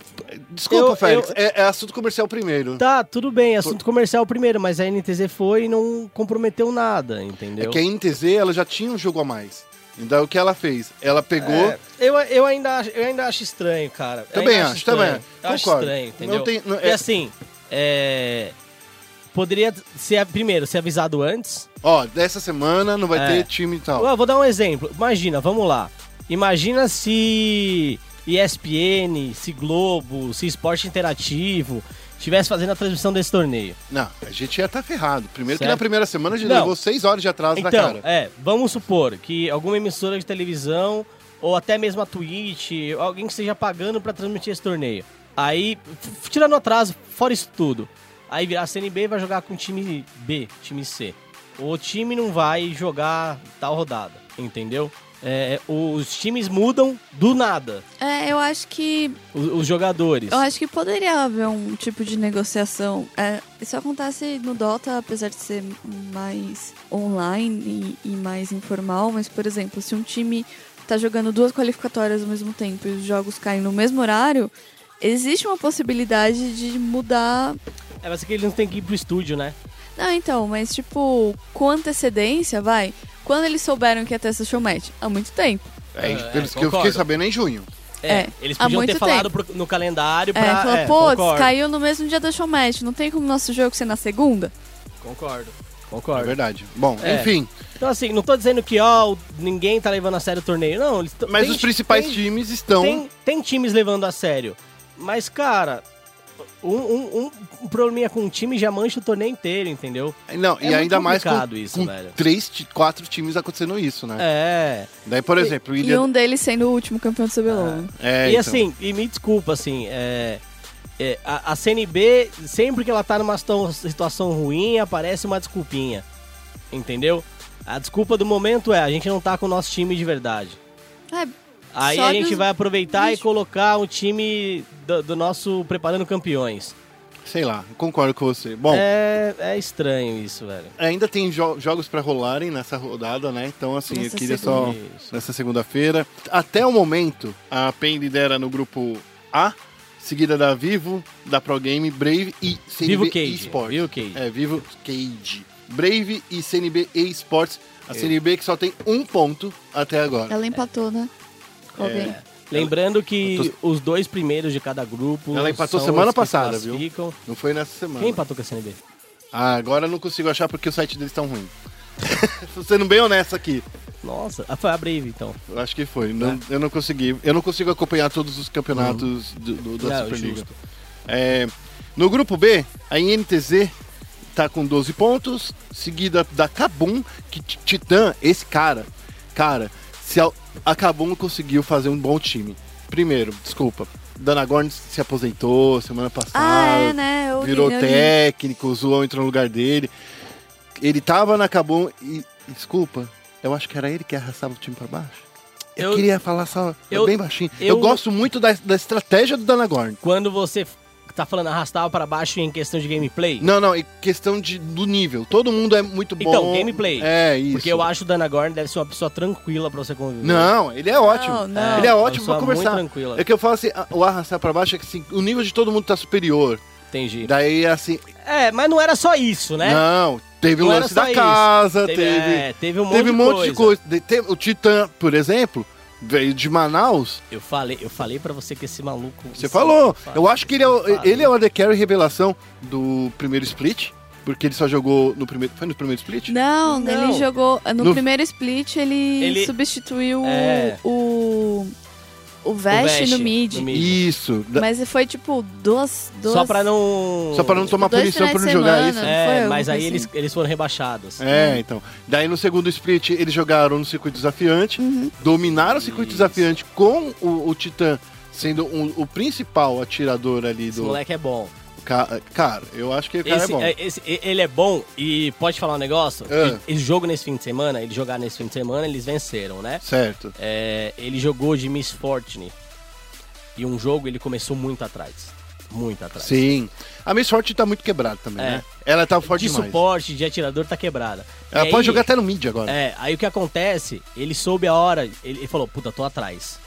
Desculpa,
Eu-
Félix,
eu-
é, é assunto comercial primeiro.
Tá, tudo bem, assunto comercial primeiro, mas a NTZ foi e não comprometeu nada,
é
entendeu?
que a NTZ ela já tinha um jogo a mais. Então o que ela fez? Ela
É.
pegou.
Eu, eu, ainda, acho- eu ainda acho estranho, cara. Eu
É. Também
ainda
acho, também.
estranho. Eu acho
Concordo.
estranho, entendeu?
Não tem- não-
E
é-
assim, é... Poderia ser, primeiro, ser avisado antes.
Ó, dessa semana não vai
É.
ter time e tal.
Eu vou dar um exemplo. Imagina, vamos lá. Imagina se ESPN, se Globo, se Esporte Interativo estivesse fazendo a transmissão desse torneio.
Não, a gente ia estar ferrado. Primeiro que
Certo.
na primeira semana a gente
Não.
levou seis horas de atraso na
Então,
cara.
é, vamos supor que alguma emissora de televisão ou até mesmo a Twitch, alguém que esteja pagando pra transmitir esse torneio. Aí, f- f- tirando atraso, fora isso tudo. Aí virar a CNB vai jogar com o time B, time C. O time não vai jogar tal rodada, entendeu? É, os times mudam do nada,
É, eu acho que
os, os jogadores.
Eu acho que poderia haver um tipo de negociação. É, isso acontece no Dota, apesar de ser mais online e, e mais informal. Mas, por exemplo, se um time tá jogando duas qualificatórias ao mesmo tempo e os jogos caem no mesmo horário, existe uma possibilidade de mudar.
É, mas é que eles não têm que ir pro estúdio, né?
Não, então, mas tipo, com antecedência, vai. Quando eles souberam que ia ter essa showmatch? Há muito tempo.
É,
É,
pelos que eu
concordo.
fiquei sabendo é em junho.
É,
eles
há
podiam
muito
ter falado pro- no calendário pra...
é, fala,
é,
pô,
concordo,
caiu no mesmo dia da showmatch. Não tem como nosso jogo ser na segunda?
Concordo,
É
concordo.
verdade. Bom,
É.
enfim.
Então, assim, não tô dizendo que, ó, ninguém tá levando a sério o torneio. Não, eles tão-
Mas
tem-
os principais
tem-
times estão.
Tem, tem times levando a sério. Mas, cara, um, um, um- um probleminha com um time já mancha o torneio inteiro, entendeu?
Não,
É
e
muito
ainda mais com,
complicado isso,
com
velho.
três, ti- quatro times acontecendo isso, né?
É.
Daí, por exemplo, o
E
Ilha...
um deles sendo o né? último campeão do CBLOL.
É,
e
então.
assim, e me desculpa, assim, é. é, a, a CNB, sempre que ela tá numa situa- situação ruim, aparece uma desculpinha. Entendeu? A desculpa do momento é, a gente não tá com o nosso time de verdade.
É,
Aí
Só
a gente
dos-
vai aproveitar
bicho.
e colocar o time do, do nosso Preparando Campeões.
Sei lá, concordo com você. Bom,
É, é estranho isso, velho.
ainda tem jo- jogos pra rolarem nessa rodada, né? Então, assim,
Nessa
eu queria só.
segunda. Isso.
Nessa segunda-feira. Até o momento, a PEN lidera no grupo A, seguida da Vivo, da Pro Game, Brave e CNB
Vivo Cage.
Esports.
Vivo Cage.
É, Vivo Cage. Brave e CNB Esports.
É.
A CNB que só tem um ponto até agora.
Ela empatou, né?
É.
Com alguém.
Lembrando que os dois primeiros de cada grupo.
Ela empatou
são
semana
os que
passada, viu?
classificam.
Não foi nessa semana.
Quem empatou com a CNB?
Ah, agora eu não consigo achar porque o site deles tão ruim. Tô sendo bem honesto aqui.
Nossa, ah, foi a Brave então.
Eu acho que foi. Não- Eu não consegui. Eu não consigo acompanhar todos os campeonatos do, do- da
É. Não,
Superliga.
justo.
É, no grupo B, a INTZ tá com 12 pontos, seguida da Kabum, que Ti- Titã, esse cara, cara, se a, a Kabum conseguiu fazer um bom time. Primeiro, desculpa. Danagorn se aposentou semana passada.
Ah, é, né? Eu li,
Virou
eu li.
técnico, o Zoão entrou no lugar dele. Ele tava na Cabum e. Desculpa, eu acho que era ele que arrastava o time pra baixo. Eu,
Eu-
queria falar só é
eu-
bem baixinho. Eu,
eu-
gosto muito da, da estratégia do Danagorn.
Quando você f- tá falando arrastava pra baixo em questão de gameplay.
Não, não, é questão de, do nível. Todo mundo é muito bom.
Então, gameplay.
É, isso.
Porque eu acho o Danagorn deve ser uma pessoa tranquila pra você conviver.
Não, ele é ótimo.
não.
Ele é
uma
ótimo pra
pessoa muito
conversar.
tranquila.
É que eu falo assim, a- o arrastar pra baixo é que assim, o nível de todo mundo tá superior.
Entendi.
Daí, assim,
É, mas não era só isso, né?
não, teve o
Não era
lance
só
da
isso.
casa,
Teve-
teve
é, teve um monte,
Teve um monte
de
de coisa. De- te- O Titã, por exemplo, veio de Manaus.
Eu falei, eu falei para você que esse maluco.
Você falou.
Fala.
Eu acho que ele é, o,
Fala.
ele é o AD Carry revelação do primeiro split. Porque ele só jogou no primeiro. Foi no primeiro split?
Não,
Não.
ele jogou. No,
No-
primeiro split, ele,
Ele-
substituiu
É.
o. O o Vest
Vest
no mid.
no mid.
Isso. da-
Mas foi tipo duas. duas
Só pra não.
Só pra não tomar
dois
punição por
finais
não
de
jogar
semana.
isso.
Não foi
É,
alguma
mas aí
coisa
eles, eles foram rebaixados.
É, então. Daí no segundo split eles jogaram no circuito desafiante,
Uhum.
dominaram o circuito desafiante com o, o Titã sendo um- o principal atirador ali
Esse
do.
moleque é bom.
Ca- Cara, eu acho que o cara
Esse,
é bom.
é, esse- e- ele é bom e pode falar um negócio?
Ah.
Ele- Esse jogo nesse fim de semana, eles jogaram nesse fim de semana, eles venceram, né?
Certo.
É, ele jogou de Miss Fortune. E um jogo ele começou muito atrás. Muito atrás.
Sim. A Miss Forte tá muito quebrada também,
É.
né? Ela tá forte
de
demais.
suporte, de atirador, tá quebrada.
Ela
E
pode
aí-
jogar até no mid agora.
É, aí o que acontece, ele soube a hora, ele, ele falou, puta, tô atrás.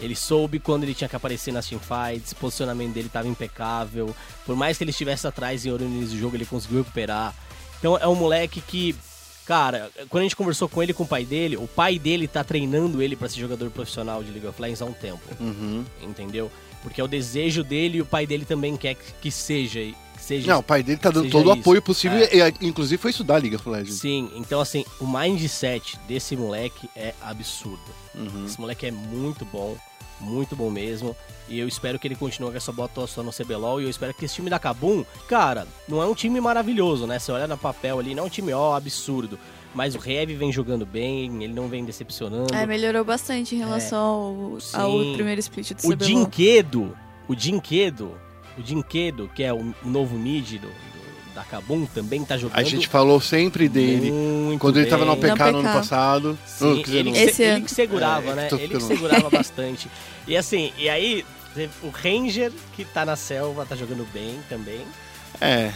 Ele soube quando ele tinha que aparecer nas teamfights, o posicionamento dele tava impecável. Por mais que ele estivesse atrás em ouro no início do jogo, ele conseguiu recuperar. Então é um moleque que, cara, quando a gente conversou com ele e com o pai dele, o pai dele tá treinando ele pra ser jogador profissional de League of Legends há um tempo.
Uhum.
Entendeu? Porque é o desejo dele e o pai dele também quer que, que seja. Que seja
Não, o pai dele tá dando
Seja
todo o
isso. É.
apoio possível. e- e- inclusive foi estudar a Liga of Legends.
Sim, então assim, o mindset desse moleque é absurdo.
Uhum.
Esse moleque é muito bom, muito bom mesmo. E eu espero que ele continue com essa boa atuação no CBLOL. E eu espero que esse time da Kabum, cara, não é um time maravilhoso, né? Você olha no papel ali, não é um time, ó, absurdo. Mas o Rev vem jogando bem, ele não vem decepcionando.
É, melhorou bastante em relação
Sim.
ao, ao primeiro split do
O
CBLOL.
Dinquedo, o Dinquedo, o Dinquedo, que é o novo mid do, do- da Kabum, também tá jogando
A gente falou sempre dele.
muito
Quando ele tava
bem.
no APK no ano
APK.
passado.
Sim,
Não, quer dizer,
ele,
no-
que
Esse
se- ele
ano.
que segurava,
É,
né?
tô
Ele que
ficando-
segurava bastante. E assim, e aí teve o Ranger, que tá na selva, tá jogando bem também.
É.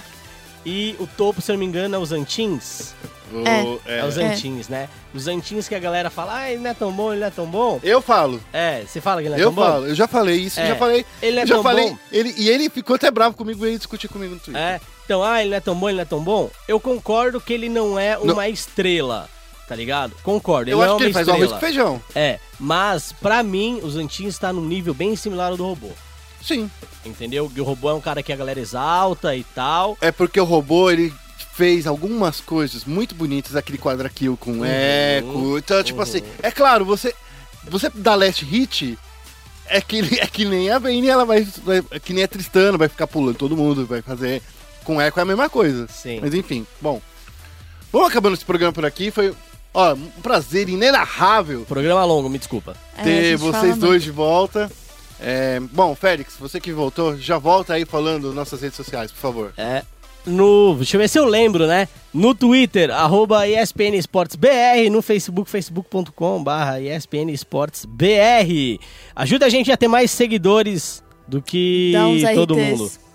E o topo, se eu não me engano, é os Antins.
O-
É,
é.
os Antins, né? Os Antins que a galera fala, ah, ele não é tão bom, ele não é tão bom.
Eu falo.
É, você fala que ele não é
Eu
tão bom?
falo. Eu já falei isso.
É.
Já falei.
Ele não é
já
tão
falei.
bom.
Ele, e ele ficou até bravo comigo e discutir comigo no Twitter.
É. Então, ah, ele não é tão bom, ele não é tão bom. Eu concordo que ele não é uma estrela, tá ligado? Concordo, ele
Eu
não
acho
é
que
uma
ele faz
estrela.
arroz com feijão.
é, mas pra mim, os Antins tá num nível bem similar ao do robô.
Sim.
Entendeu? Que o robô é um cara que a galera exalta e tal.
É porque o robô, ele fez algumas coisas muito bonitas, aquele quadra kill com eco. Então, tipo
uhum.
assim, é claro, você, você dá last hit, é que, é que nem a Vayne, ela vai, vai- é que nem a Tristana, vai ficar pulando todo mundo, vai fazer. Com eco é a mesma coisa.
Sim.
Mas enfim, bom. Vamos acabando esse programa por aqui. Foi, ó, um prazer inenarrável
Programa longo, me desculpa.
É, a
ter
gente fala
vocês
muito.
dois de volta. É, bom, Félix, você que voltou, já volta aí falando nossas redes sociais, por favor.
É. No, deixa eu ver se eu lembro, né? No Twitter, arroba ESPN Esportes BR, no Facebook, facebook.com barra ESPN Esportes BR. Ajuda a gente a ter mais seguidores do que
Dá uns
todo mundo.
RTs.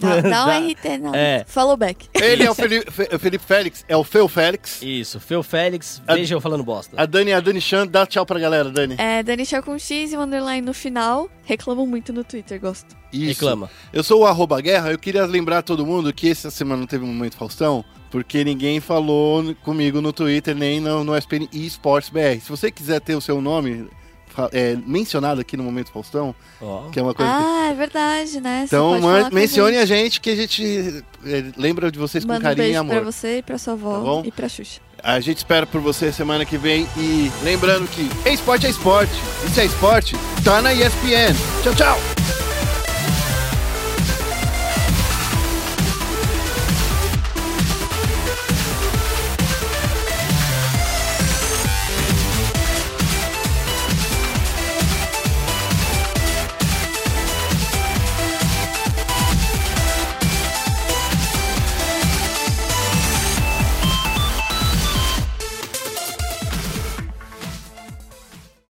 Dá, dá
Dá.
um RT, não.
É.
Follow back.
Ele é o Felipe, Fe- Felipe Félix, é o Feu Félix.
Isso, Feu Félix,
A-
veja eu falando bosta.
A Dani é a Dani Chan, dá tchau pra galera, Dani.
É, Dani Shell com X e um underline no final. Reclamam muito no Twitter, gosto.
Isso.
Reclama.
Eu sou o arroba guerra, eu queria lembrar todo mundo que essa semana não teve um momento Faustão, porque ninguém falou n- comigo no Twitter, nem no, no SPN Esportes BR. Se você quiser ter o seu nome fa- é, mencionado aqui no momento Faustão,
Ó.
que é uma coisa que
Ah, é verdade, né? Você
Então,
pode
man-
falar com
mencione
a
a gente que a gente eh, lembra de vocês
gente.
com
Manda um
carinho e
beijo
amor.
pra você e pra sua
Tá
avó
bom?
e pra Xuxa.
A gente espera por você semana que vem e lembrando que esporte é esporte, isso é esporte, tá na ESPN. Tchau, tchau!